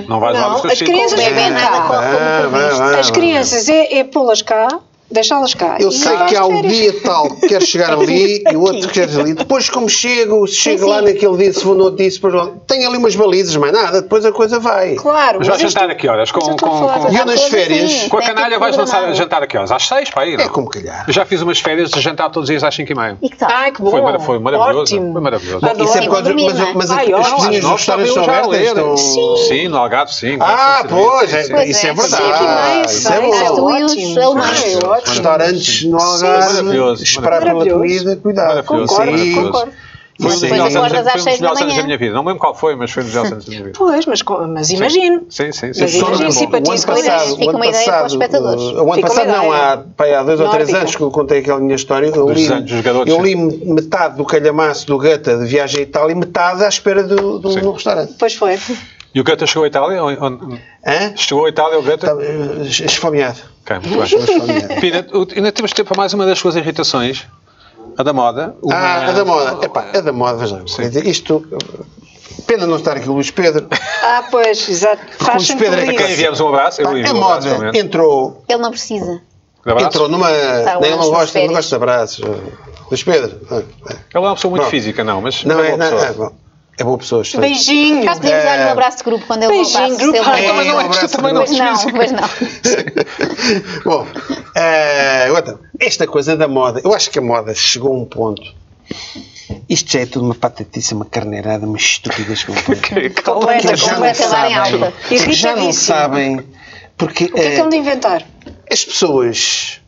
Speaker 1: Não vais levar
Speaker 4: Não,
Speaker 1: os teus
Speaker 4: as
Speaker 1: filhos.
Speaker 4: crianças
Speaker 3: bebê
Speaker 4: ficam
Speaker 3: nada
Speaker 4: cá.
Speaker 3: corre.
Speaker 2: Ah, vai, vai,
Speaker 4: As
Speaker 2: vai.
Speaker 4: crianças é, é pô-las cá, deixá-las cá.
Speaker 2: Eu
Speaker 4: E
Speaker 2: sei
Speaker 4: vais
Speaker 2: que há um
Speaker 4: férias.
Speaker 2: dia tal que quero chegar ali e o outro queres ali. Depois, como chego, se chego
Speaker 3: Sim,
Speaker 2: lá
Speaker 3: sim.
Speaker 2: naquele dia, se vou no outro dia, se depois lá- tenho ali umas balizas, mais nada, depois a coisa vai.
Speaker 4: Claro,
Speaker 1: Mas vais
Speaker 4: eu estou-
Speaker 1: jantar a que horas? Com,
Speaker 4: mas eu
Speaker 1: com,
Speaker 4: estou a falar
Speaker 1: com,
Speaker 2: E eu nas férias,
Speaker 1: com a canalha vais lançar a jantar a que horas? Às seis, para aí, não?
Speaker 2: É como calhar.
Speaker 1: Eu já fiz umas férias de jantar todos os dias às cinco e meia.
Speaker 3: E que tal?
Speaker 4: Ai, que bom.
Speaker 1: Foi mara- foi maravilhoso,
Speaker 4: Ótimo.
Speaker 1: foi maravilhoso.
Speaker 4: Adoro.
Speaker 2: Isso é
Speaker 3: Sim,
Speaker 2: por causa,
Speaker 3: dormir,
Speaker 2: mas,
Speaker 3: não é?
Speaker 2: mas
Speaker 4: Ai,
Speaker 2: as
Speaker 4: olha,
Speaker 2: cozinhas dos
Speaker 1: nós
Speaker 2: restaurantes
Speaker 1: também
Speaker 2: estão
Speaker 1: já
Speaker 2: abertas? então,
Speaker 1: leram.
Speaker 2: Estão...
Speaker 1: Sim, no Algarve, sim.
Speaker 2: Ah, pois, é,
Speaker 3: Pois
Speaker 2: isso
Speaker 3: é,
Speaker 2: é verdade. Isso é bom.
Speaker 3: Ai, tu e os
Speaker 4: Sim, sim, ótimo.
Speaker 2: é
Speaker 3: alemães.
Speaker 4: Ai, ótimo.
Speaker 2: Restaurantes no
Speaker 1: maravilhoso,
Speaker 2: Algarve, esperar pela
Speaker 4: maravilhoso.
Speaker 2: comida, cuidado.
Speaker 1: Maravilhoso,
Speaker 2: Sim.
Speaker 4: Concordo,
Speaker 1: maravilhoso.
Speaker 4: concordo.
Speaker 1: Foi um dos
Speaker 3: Sim.
Speaker 1: melhores
Speaker 3: Depois
Speaker 1: anos,
Speaker 3: acordas às
Speaker 1: foi um
Speaker 3: seis
Speaker 1: dos
Speaker 3: da
Speaker 1: melhores anos da
Speaker 3: manhã.
Speaker 1: minha vida. Não me lembro qual foi, mas foi um dos melhores anos da minha vida.
Speaker 4: Pois, mas, co- mas imagino.
Speaker 1: Sim, sim, sim.
Speaker 4: Mas
Speaker 1: sim.
Speaker 2: Só
Speaker 4: imagino
Speaker 2: no-
Speaker 4: isso e
Speaker 2: o ano
Speaker 4: patinas.
Speaker 2: passado,
Speaker 3: Fica
Speaker 2: o ano
Speaker 3: uma ideia para os
Speaker 2: passado,
Speaker 3: espectadores.
Speaker 2: uh, o ano
Speaker 4: Fica uma
Speaker 2: passado não,
Speaker 4: ideia.
Speaker 2: há, pá, há dois ou três
Speaker 4: Nórdica.
Speaker 2: anos que eu contei aquela minha história. Eu
Speaker 1: Dos
Speaker 2: li,
Speaker 1: anos dos garotos,
Speaker 2: eu
Speaker 1: sim.
Speaker 2: li metade do calhamaço do Gata de viagem à Itália e metade à espera do, do,
Speaker 1: Sim.
Speaker 2: do restaurante.
Speaker 4: Pois foi.
Speaker 1: E o Gata chegou à Itália? Onde- onde-
Speaker 2: Hã?
Speaker 1: Chegou à Itália o Gata?
Speaker 2: Estava uh, esfomeado.
Speaker 1: Ok, muito bem.
Speaker 2: esfomeado.
Speaker 1: Pina, o- ainda temos tempo para mais uma das suas irritações. A da moda. Uma-
Speaker 2: Ah, a da moda. Epá, a da moda, veja. Quer dizer, Isto. Pena não estar aqui o Luís Pedro.
Speaker 4: Ah, pois, exato. Faz
Speaker 2: os Pedro é
Speaker 4: sentido
Speaker 1: A quem
Speaker 4: isso.
Speaker 1: enviamos um abraço? envio
Speaker 2: Pá,
Speaker 1: um
Speaker 2: a
Speaker 1: abraço,
Speaker 2: É moda
Speaker 1: realmente.
Speaker 2: entrou,
Speaker 3: Ele não precisa.
Speaker 1: Um abraço.
Speaker 2: entrou numa.
Speaker 3: Está
Speaker 2: Nem
Speaker 3: lá
Speaker 2: ele
Speaker 3: nas
Speaker 2: não
Speaker 3: suas
Speaker 2: gosta, não
Speaker 3: férias.
Speaker 2: gosta de abraços. Luís Pedro. ah, ah.
Speaker 1: Ela é uma pessoa muito
Speaker 2: Não.
Speaker 1: física, não, mas
Speaker 2: Não
Speaker 1: é
Speaker 2: é,
Speaker 1: boa
Speaker 2: não,
Speaker 1: pessoa.
Speaker 2: é, bom. é boa pessoa. excelente.
Speaker 4: Beijinho.
Speaker 3: Caso podemos dar-lhe um
Speaker 2: Eh,
Speaker 3: abraço de grupo quando ele
Speaker 4: beijinho,
Speaker 3: voltar. se
Speaker 4: grupo.
Speaker 3: ele
Speaker 4: Ah,
Speaker 3: voltar.
Speaker 1: também não é,
Speaker 2: um abraço
Speaker 1: também não
Speaker 3: Pois
Speaker 1: se
Speaker 3: não, pois não.
Speaker 2: Bom, eh, outra, esta coisa da moda, eu acho que a moda chegou a um ponto. Isto já é tudo uma patetice, uma carneirada, umas estúpidas que é eu tenho.
Speaker 4: Completa,
Speaker 2: já não
Speaker 4: completa.
Speaker 3: acabar em
Speaker 2: sabem,
Speaker 3: alta.
Speaker 2: porque já não
Speaker 4: Irritadíssimo.
Speaker 2: sabem, porque
Speaker 4: O que é que
Speaker 2: eh,
Speaker 4: hão de inventar?
Speaker 2: as pessoas.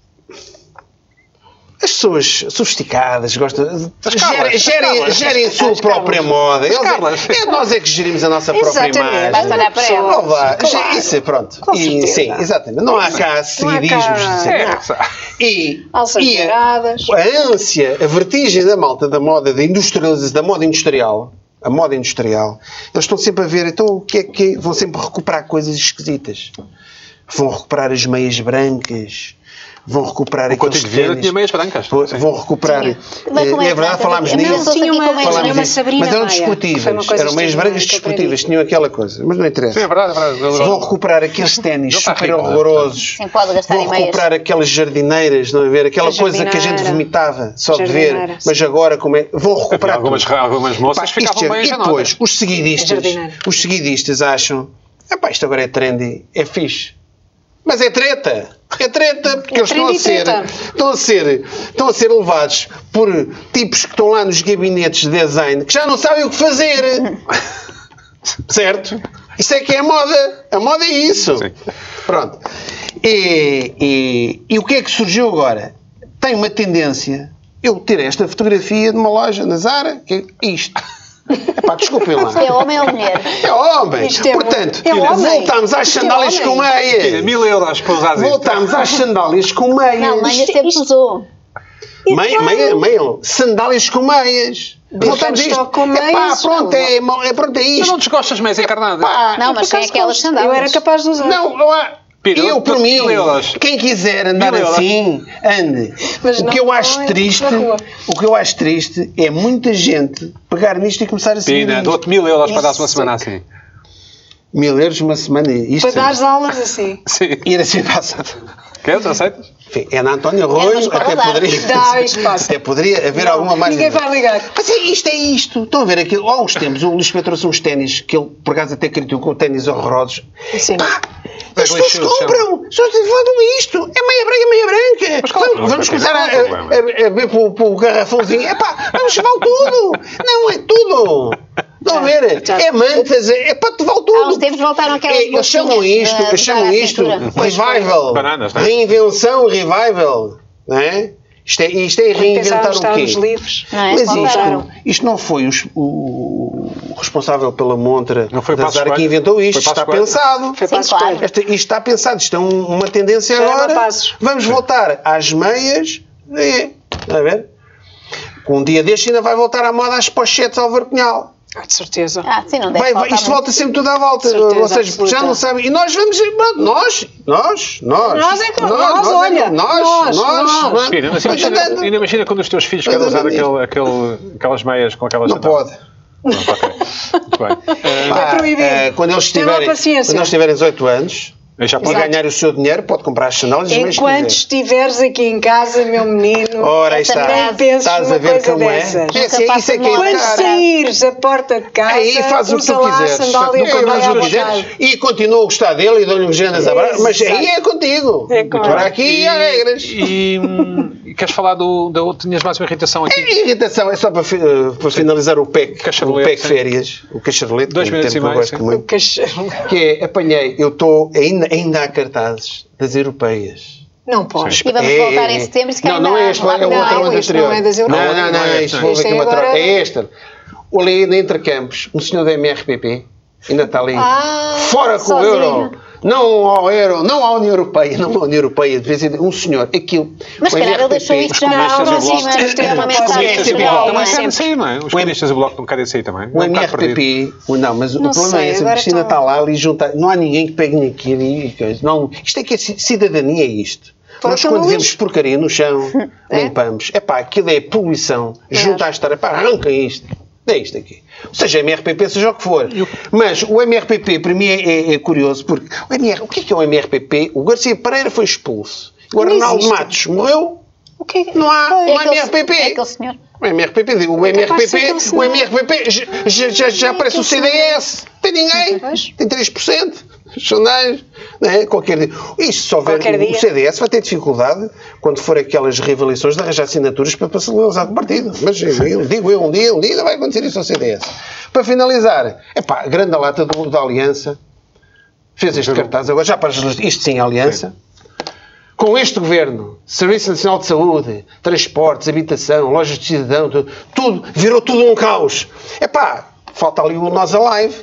Speaker 2: As pessoas sofisticadas gostam. Gerem,
Speaker 1: Carlas,
Speaker 2: gerem- gerem a sua própria moda. Eles-
Speaker 1: Carlas.
Speaker 2: é nós é que gerimos a nossa
Speaker 4: Exatamente.
Speaker 2: própria imagem.
Speaker 3: Basta olhar para ela.
Speaker 2: Não vá, já- Isso é pronto.
Speaker 4: Com
Speaker 2: E,
Speaker 4: certeza.
Speaker 2: sim, exatamente. Não há cá seguidismos.
Speaker 4: cá-
Speaker 2: etc.
Speaker 1: É, sabe?
Speaker 2: E,
Speaker 4: Alças
Speaker 2: e é. a,
Speaker 4: douradas.
Speaker 2: a ânsia, a vertigem da malta da moda, da industrialização, da moda industrial, a moda industrial, eles estão sempre a ver, então o que é que vão sempre recuperar coisas esquisitas. Vão recuperar as meias brancas, vão recuperar
Speaker 1: O Coutinho
Speaker 2: aqueles
Speaker 1: de Vieira
Speaker 2: ténis,
Speaker 1: tinha meias brancas.
Speaker 2: vão,
Speaker 1: Sim.
Speaker 2: vão recuperar.
Speaker 3: Tinha. Mas
Speaker 2: eh,
Speaker 3: como é
Speaker 2: é verdade,
Speaker 3: que
Speaker 2: falámos
Speaker 3: é mesmo
Speaker 2: nisso.
Speaker 3: Pessoas
Speaker 4: Tinha
Speaker 3: aqui
Speaker 4: uma,
Speaker 3: com meias
Speaker 4: tinha
Speaker 2: Falámos
Speaker 3: brancas.
Speaker 4: uma
Speaker 2: disso.
Speaker 4: Sabrina
Speaker 2: mas eram
Speaker 4: Maia, que
Speaker 2: discutíveis,
Speaker 4: foi uma coisa
Speaker 2: eram meias
Speaker 4: extraordinária
Speaker 2: brancas
Speaker 4: que eu aprendi.
Speaker 2: discutíveis, tinham aquela coisa, mas não interessa.
Speaker 1: Sim, é verdade, é verdade. Eu
Speaker 2: Vão
Speaker 1: gosto.
Speaker 2: recuperar aqueles ténis
Speaker 1: Não está
Speaker 2: super
Speaker 1: rico, não é?
Speaker 2: horrorosos.
Speaker 3: Sim, pode gastar
Speaker 2: Vão
Speaker 3: em meias.
Speaker 2: recuperar aquelas jardineiras, não é ver? Aquela
Speaker 4: A
Speaker 2: coisa que a gente
Speaker 4: jardineira.
Speaker 2: vomitava só de ver.
Speaker 4: Jardineira,
Speaker 2: Mas
Speaker 4: sim.
Speaker 2: agora, como é? Vão
Speaker 1: Havia
Speaker 2: recuperar.
Speaker 1: algumas,
Speaker 2: tudo.
Speaker 1: algumas
Speaker 2: Pá,
Speaker 1: moças que
Speaker 2: isto
Speaker 1: ficavam
Speaker 2: é-
Speaker 1: bem
Speaker 2: e depois,
Speaker 1: enganadas.
Speaker 2: os seguidistas,
Speaker 4: Jardineira.
Speaker 2: os seguidistas acham: "Epá, isto agora é trendy, é fixe. Mas é treta! É treta, porque eles estão a,
Speaker 4: trendy
Speaker 2: ser,
Speaker 4: treta.
Speaker 2: estão, a ser, estão a ser levados por tipos que estão lá nos gabinetes de design que já não sabem o que fazer. Certo? Isso é que é a moda. A moda é isso.
Speaker 1: Sim.
Speaker 2: Pronto. E, e- e o que é que surgiu agora? Tem uma tendência. Eu tirei esta fotografia de uma loja na Zara, que é isto. Epá, desculpem lá.
Speaker 3: É homem ou mulher?
Speaker 2: É homem.
Speaker 4: Isto é
Speaker 2: Portanto,
Speaker 4: homem. É homem.
Speaker 2: voltámos às
Speaker 4: Isto é
Speaker 2: sandálias
Speaker 4: homem.
Speaker 2: com
Speaker 1: Pina,
Speaker 2: meias.
Speaker 1: mil euros para usar isto.
Speaker 2: Voltámos às sandálias com meias. é
Speaker 3: Não, mãe
Speaker 4: Isto-
Speaker 3: sempre
Speaker 4: isto-
Speaker 3: usou.
Speaker 2: Meia, meia, meia, sandálias com meias. Voltamos a isto.
Speaker 4: só com
Speaker 2: Epá,
Speaker 4: meias,
Speaker 2: pronto, é, mo- é, pronto, é
Speaker 1: Tu não
Speaker 2: isto.
Speaker 1: desgostas mais encarnada?
Speaker 2: Pá,
Speaker 3: Não, mas
Speaker 4: Ah, Por
Speaker 3: tem
Speaker 4: acaso,
Speaker 3: aquelas
Speaker 4: gosto.
Speaker 3: sandálias.
Speaker 4: Eu era capaz de usar.
Speaker 2: é Não, não há.
Speaker 1: Pira,
Speaker 2: eu, por mim,
Speaker 1: mil euros.
Speaker 2: quem quiser andar
Speaker 1: Mil euros.
Speaker 2: assim, ande.
Speaker 4: Mas
Speaker 2: o
Speaker 4: não-
Speaker 2: que eu acho
Speaker 4: não é
Speaker 2: triste,
Speaker 4: na rua.
Speaker 2: o que eu acho triste é muita gente pegar nisto e começar a seguir
Speaker 1: Pina,
Speaker 2: isto.
Speaker 1: dou-te mil euros para dar uma
Speaker 4: Isso.
Speaker 1: semana assim.
Speaker 2: Mil euros uma semana, isto.
Speaker 4: Para dar as aulas assim.
Speaker 1: Sim.
Speaker 2: Ir assim passado.
Speaker 1: Queres? Aceitas?
Speaker 2: Enfim, é na António
Speaker 3: É, mas
Speaker 2: Arroio,
Speaker 3: para
Speaker 2: até
Speaker 3: dar.
Speaker 2: poderia,
Speaker 4: Dá espaço.
Speaker 2: até poderia haver
Speaker 4: Não,
Speaker 2: alguma mais.
Speaker 4: Ninguém vai ligar.
Speaker 2: Mas é, isto é isto. Estão a ver aquilo. Há uns tempos o Luís Pedro trouxe uns ténis que ele, por acaso, até criticou ténis horrorosos.
Speaker 4: Sim.
Speaker 2: Pá,
Speaker 1: Mas
Speaker 2: as pessoas
Speaker 1: lixo,
Speaker 2: compram. As pessoas levam isto. É meia branca, é meia branca. vamos vamos começar a,
Speaker 1: é o problema?
Speaker 2: a- a- a ver para o- para o garrafãozinho. É pá, vamos vale tudo. Não, é tudo. Estão a ver?
Speaker 4: Já.
Speaker 2: É mantas, é, é pá, te vale tudo.
Speaker 3: Tá. Há uns Ah, tempos voltaram aquelas
Speaker 2: É, Eles
Speaker 3: bolsinhas
Speaker 2: chamam isto,
Speaker 3: de- de
Speaker 2: eles chamam
Speaker 3: dar à
Speaker 2: isto
Speaker 3: cintura.
Speaker 2: revival.
Speaker 1: Bananas, não é?
Speaker 2: Reinvenção, revival. Não é? Isto é, isto é
Speaker 4: Pensaram
Speaker 2: reinventar o
Speaker 4: estar
Speaker 2: quê?
Speaker 4: nos livros.
Speaker 3: Não é?
Speaker 2: Mas
Speaker 3: Voltaram.
Speaker 2: isto, isto não foi os- o, o responsável pela montra
Speaker 1: Não foi o
Speaker 2: da
Speaker 1: Passos
Speaker 2: Zara que
Speaker 1: Coelho?
Speaker 2: inventou isto.
Speaker 1: Foi
Speaker 2: Está
Speaker 1: Passos
Speaker 2: pensado.
Speaker 4: Foi
Speaker 3: Sim,
Speaker 4: para as
Speaker 3: claro.
Speaker 4: escolas.
Speaker 2: Esta- Então, isto está pensado. Isto é um- uma tendência
Speaker 4: Já era
Speaker 2: agora.
Speaker 4: Passos.
Speaker 2: Vamos voltar às meias. É, está a ver? Um dia deste ainda vai voltar à moda às pochetes ao verpunhal.
Speaker 4: Ah, de certeza.
Speaker 3: Ah, sim, não deve
Speaker 2: Vai, vai,
Speaker 3: faltar
Speaker 2: isto
Speaker 3: muito.
Speaker 2: volta sempre tudo à volta.
Speaker 4: Certeza
Speaker 2: ou seja,
Speaker 4: absoluta.
Speaker 2: já não sabem. E nós vamos. pronto, Nós, nós, nós.
Speaker 4: Nós é que- nós, olha,
Speaker 2: é que- Nós, nós.
Speaker 4: nós, nós.
Speaker 2: nós.
Speaker 1: Pina, assim, mas
Speaker 2: Mas,
Speaker 1: imagina,
Speaker 2: portanto,
Speaker 1: ainda imagina quando os teus filhos
Speaker 2: Mas
Speaker 1: querem usar
Speaker 2: eu não-
Speaker 1: aquele, aquele, aquelas meias com aquelas
Speaker 2: Não pode.
Speaker 1: Pronto, ok. Muito bem. Eh,
Speaker 2: Pá,
Speaker 4: é proibido.
Speaker 2: eh, quando eles
Speaker 4: Tenham
Speaker 2: tiverem,
Speaker 4: paciência.
Speaker 2: quando eles tiverem 18 anos
Speaker 1: já
Speaker 2: e
Speaker 1: pode.
Speaker 2: ganhar o seu dinheiro, pode comprar as sandálias e
Speaker 4: Enquanto estiveres aqui em casa, meu menino,
Speaker 2: Ora, aí está.
Speaker 4: nem penses
Speaker 2: Estás a
Speaker 4: numa
Speaker 2: ver
Speaker 4: coisa
Speaker 2: como é?
Speaker 4: dessas.
Speaker 2: Esse-
Speaker 3: Nunca
Speaker 2: Isso é que é
Speaker 3: faço
Speaker 4: Quando
Speaker 3: Cara.
Speaker 2: caro.
Speaker 4: saíres da porta de casa,
Speaker 2: Aí faz o que
Speaker 4: usa
Speaker 2: tu
Speaker 4: lá a
Speaker 2: quiseres. É,
Speaker 4: sandália
Speaker 2: Nunca
Speaker 4: que
Speaker 2: mais
Speaker 4: vai
Speaker 2: o
Speaker 4: à
Speaker 2: quiseres.
Speaker 4: vontade.
Speaker 2: E continua a gostar dele e dou-lhe um género de abraço. Mas aí é contigo.
Speaker 4: É claro.
Speaker 2: Agora aqui há regras.
Speaker 1: E, hum, e queres falar do, da outra? Tinhas mais uma irritação aqui?
Speaker 2: E irritação, é só para, fi- eh, para finalizar o PEC, o
Speaker 1: Cacharolete,
Speaker 2: PEC
Speaker 1: sim.
Speaker 2: férias, o cacharolete,
Speaker 1: Dois
Speaker 2: que é um
Speaker 1: minutos
Speaker 2: termo
Speaker 1: e
Speaker 2: que eu
Speaker 1: meio,
Speaker 2: gosto
Speaker 1: sim.
Speaker 2: muito,
Speaker 4: Cachorro.
Speaker 2: que é, apanhei, eu estou, ainda, ainda há cartazes das europeias.
Speaker 4: Não podes.
Speaker 3: E
Speaker 2: É.
Speaker 3: vamos voltar em setembro, se
Speaker 2: Não,
Speaker 3: calhar
Speaker 2: não
Speaker 3: ainda
Speaker 2: é
Speaker 3: há,
Speaker 2: este, é o
Speaker 3: não há.
Speaker 2: outro, é o
Speaker 4: Não,
Speaker 2: outro
Speaker 4: este não
Speaker 2: anterior.
Speaker 4: é das europeias.
Speaker 2: Não, não,
Speaker 1: Não,
Speaker 2: não,
Speaker 1: este
Speaker 2: isto
Speaker 1: não.
Speaker 2: houve
Speaker 4: Este
Speaker 2: aqui
Speaker 4: é
Speaker 2: uma troca.
Speaker 4: agora-
Speaker 2: É esta. Olhei na Intercampos, um senhor da MRPP, ainda está ali,
Speaker 4: Ah,
Speaker 2: fora com o
Speaker 4: sozinho.
Speaker 2: euro. Não ao euro, não à União Europeia, não à União Europeia, de vez em quando, um senhor, aquilo.
Speaker 3: Mas
Speaker 2: o
Speaker 3: se calhar ele deixou
Speaker 2: MRPP,
Speaker 3: isso já
Speaker 1: comunistas e o
Speaker 3: lá para
Speaker 1: Bloco.
Speaker 3: cima. Isto é uma
Speaker 4: Os
Speaker 3: mensagem
Speaker 2: comunistas e o
Speaker 3: geral,
Speaker 2: Bloco
Speaker 1: também
Speaker 3: não é?
Speaker 1: querem sair, não é? Os
Speaker 2: O M-
Speaker 1: comunistas do Bloco não querem sair também.
Speaker 2: O
Speaker 1: É um bocado perdido.
Speaker 2: MRPP, o- não, mas o
Speaker 4: Não
Speaker 2: problema
Speaker 4: sei,
Speaker 2: é esse, a
Speaker 4: agora
Speaker 2: Cristina
Speaker 4: estão-
Speaker 2: está lá ali juntar, não há ninguém que pegue naquilo e coisa, não, isto é que é ci- cidadania é isto.
Speaker 4: Fora
Speaker 2: Nós
Speaker 4: que
Speaker 2: quando
Speaker 4: não
Speaker 2: vemos
Speaker 4: lixo.
Speaker 2: porcaria no chão, limpamos. É pá, aquilo é poluição, junta à história, pá, arranca isto. É isto aqui. Ou seja, MRPP, seja o que for. Mas o MRPP, para mim, é, é- é curioso, porque o, MR, o que é que é o MRPP? O Garcia Pereira foi expulso. O
Speaker 4: Não
Speaker 2: Arnaldo
Speaker 4: existe.
Speaker 2: Matos morreu,
Speaker 4: O que é que-
Speaker 2: não há,
Speaker 3: É
Speaker 2: não há
Speaker 3: aquele-
Speaker 2: MRPP.
Speaker 3: É aquele senhor.
Speaker 2: O MRPP, digo, o
Speaker 4: É capaz de
Speaker 2: MRPP,
Speaker 4: ser aquele
Speaker 2: o
Speaker 4: senhor.
Speaker 2: MRPP já- já, já, já parece o CDS. Tem ninguém.
Speaker 4: é Pois.
Speaker 2: Tem 3%. Os Sondagens. Não é? Qualquer dia. Isto só houver
Speaker 4: Qualquer
Speaker 2: o,
Speaker 4: dia.
Speaker 2: o CDS vai ter dificuldade quando for aquelas reavaliações de arranjar assinaturas para passar a do partido. Mas eu digo eu, um dia, um dia ainda vai acontecer isso ao CDS. Para finalizar, epá, a grande lata do- da Aliança fez este cartaz agora, já para as leis- isto sim, a Aliança. Com este governo, Serviço Nacional de Saúde, transportes, habitação, lojas de cidadão, tu- tudo, virou tudo um caos. Epá, falta ali o Nós Alive.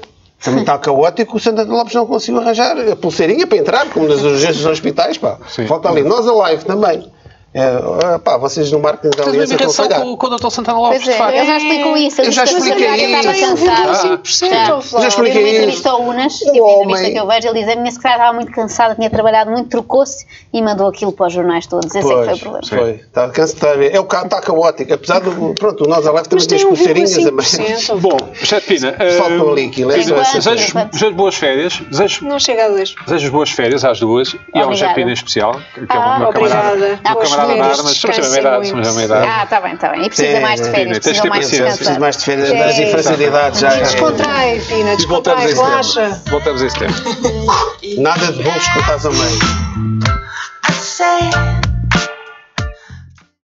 Speaker 2: Também está caótico, o Santana Lopes não conseguiu arranjar a pulseirinha para entrar, como nas urgências dos hospitais, pá.
Speaker 1: Sim.
Speaker 2: Falta ali Nós Alive também. É, pá, vocês no marketing da
Speaker 1: Tens uma
Speaker 2: Aliança estão a
Speaker 1: irritação
Speaker 2: falhar.
Speaker 1: com, com o Dr. Santana
Speaker 2: Oh,
Speaker 1: Lopes,
Speaker 3: Pois
Speaker 1: de facto.
Speaker 3: é, ele já explicou isso. Ele
Speaker 2: Eu já
Speaker 3: disse que
Speaker 2: expliquei
Speaker 3: a secretária
Speaker 2: isso. Ah,
Speaker 3: estava cansada.
Speaker 4: 1,5% ao
Speaker 2: Já
Speaker 4: Flávio.
Speaker 3: Eu numa
Speaker 2: expliquei isso. Oh,
Speaker 3: entrevista ao Unas,
Speaker 2: O
Speaker 3: tipo uma entrevista
Speaker 2: homem-
Speaker 3: que eu vejo, ele diz a minha secretária estava muito cansada, tinha trabalhado muito, trocou-se e mandou aquilo para os jornais todos. Esse é que foi o problema.
Speaker 2: Foi. Está, está, é o ca- está caótico. Apesar do. Pronto, o Nós Alive também
Speaker 4: Mas
Speaker 2: tem
Speaker 4: tem
Speaker 2: as
Speaker 3: um
Speaker 2: pulseirinhas a mais.
Speaker 4: 1,5%. ao
Speaker 1: Bom,
Speaker 4: Flávio.
Speaker 1: Chat Pina,
Speaker 2: Faltou
Speaker 1: hum,
Speaker 2: ali aquilo, é
Speaker 1: desejo,
Speaker 2: só essa
Speaker 1: desejo,
Speaker 3: coisa.
Speaker 1: desejo boas férias, desejo,
Speaker 4: Não chega a dois.
Speaker 1: desejo boas férias às duas e ao
Speaker 3: Obrigada.
Speaker 1: Chat Pina em especial, que é o
Speaker 3: Ah,
Speaker 1: meu camarada, meu
Speaker 4: obrigada. Boas
Speaker 1: camarada de
Speaker 4: férias,
Speaker 1: armas. Somos da mesma
Speaker 4: descansem
Speaker 1: idade,
Speaker 4: muito.
Speaker 1: somos da mesma idade.
Speaker 3: Ah, está bem, está bem. E precisa
Speaker 2: Sim,
Speaker 3: mais de
Speaker 2: sim,
Speaker 1: tens
Speaker 3: férias,
Speaker 1: de
Speaker 3: precisa
Speaker 1: ter
Speaker 3: mais
Speaker 1: paciência.
Speaker 2: Preciso
Speaker 3: descansar.
Speaker 2: mais de férias, das
Speaker 4: Sim.
Speaker 2: diferenças de idade já. é
Speaker 4: Descontrai, Pina,
Speaker 1: E voltamos
Speaker 4: descontrai,
Speaker 1: a esse
Speaker 4: relaxa.
Speaker 1: tema. Voltamos a esse tema.
Speaker 2: Nada de bolos cortados ao meio.
Speaker 7: I said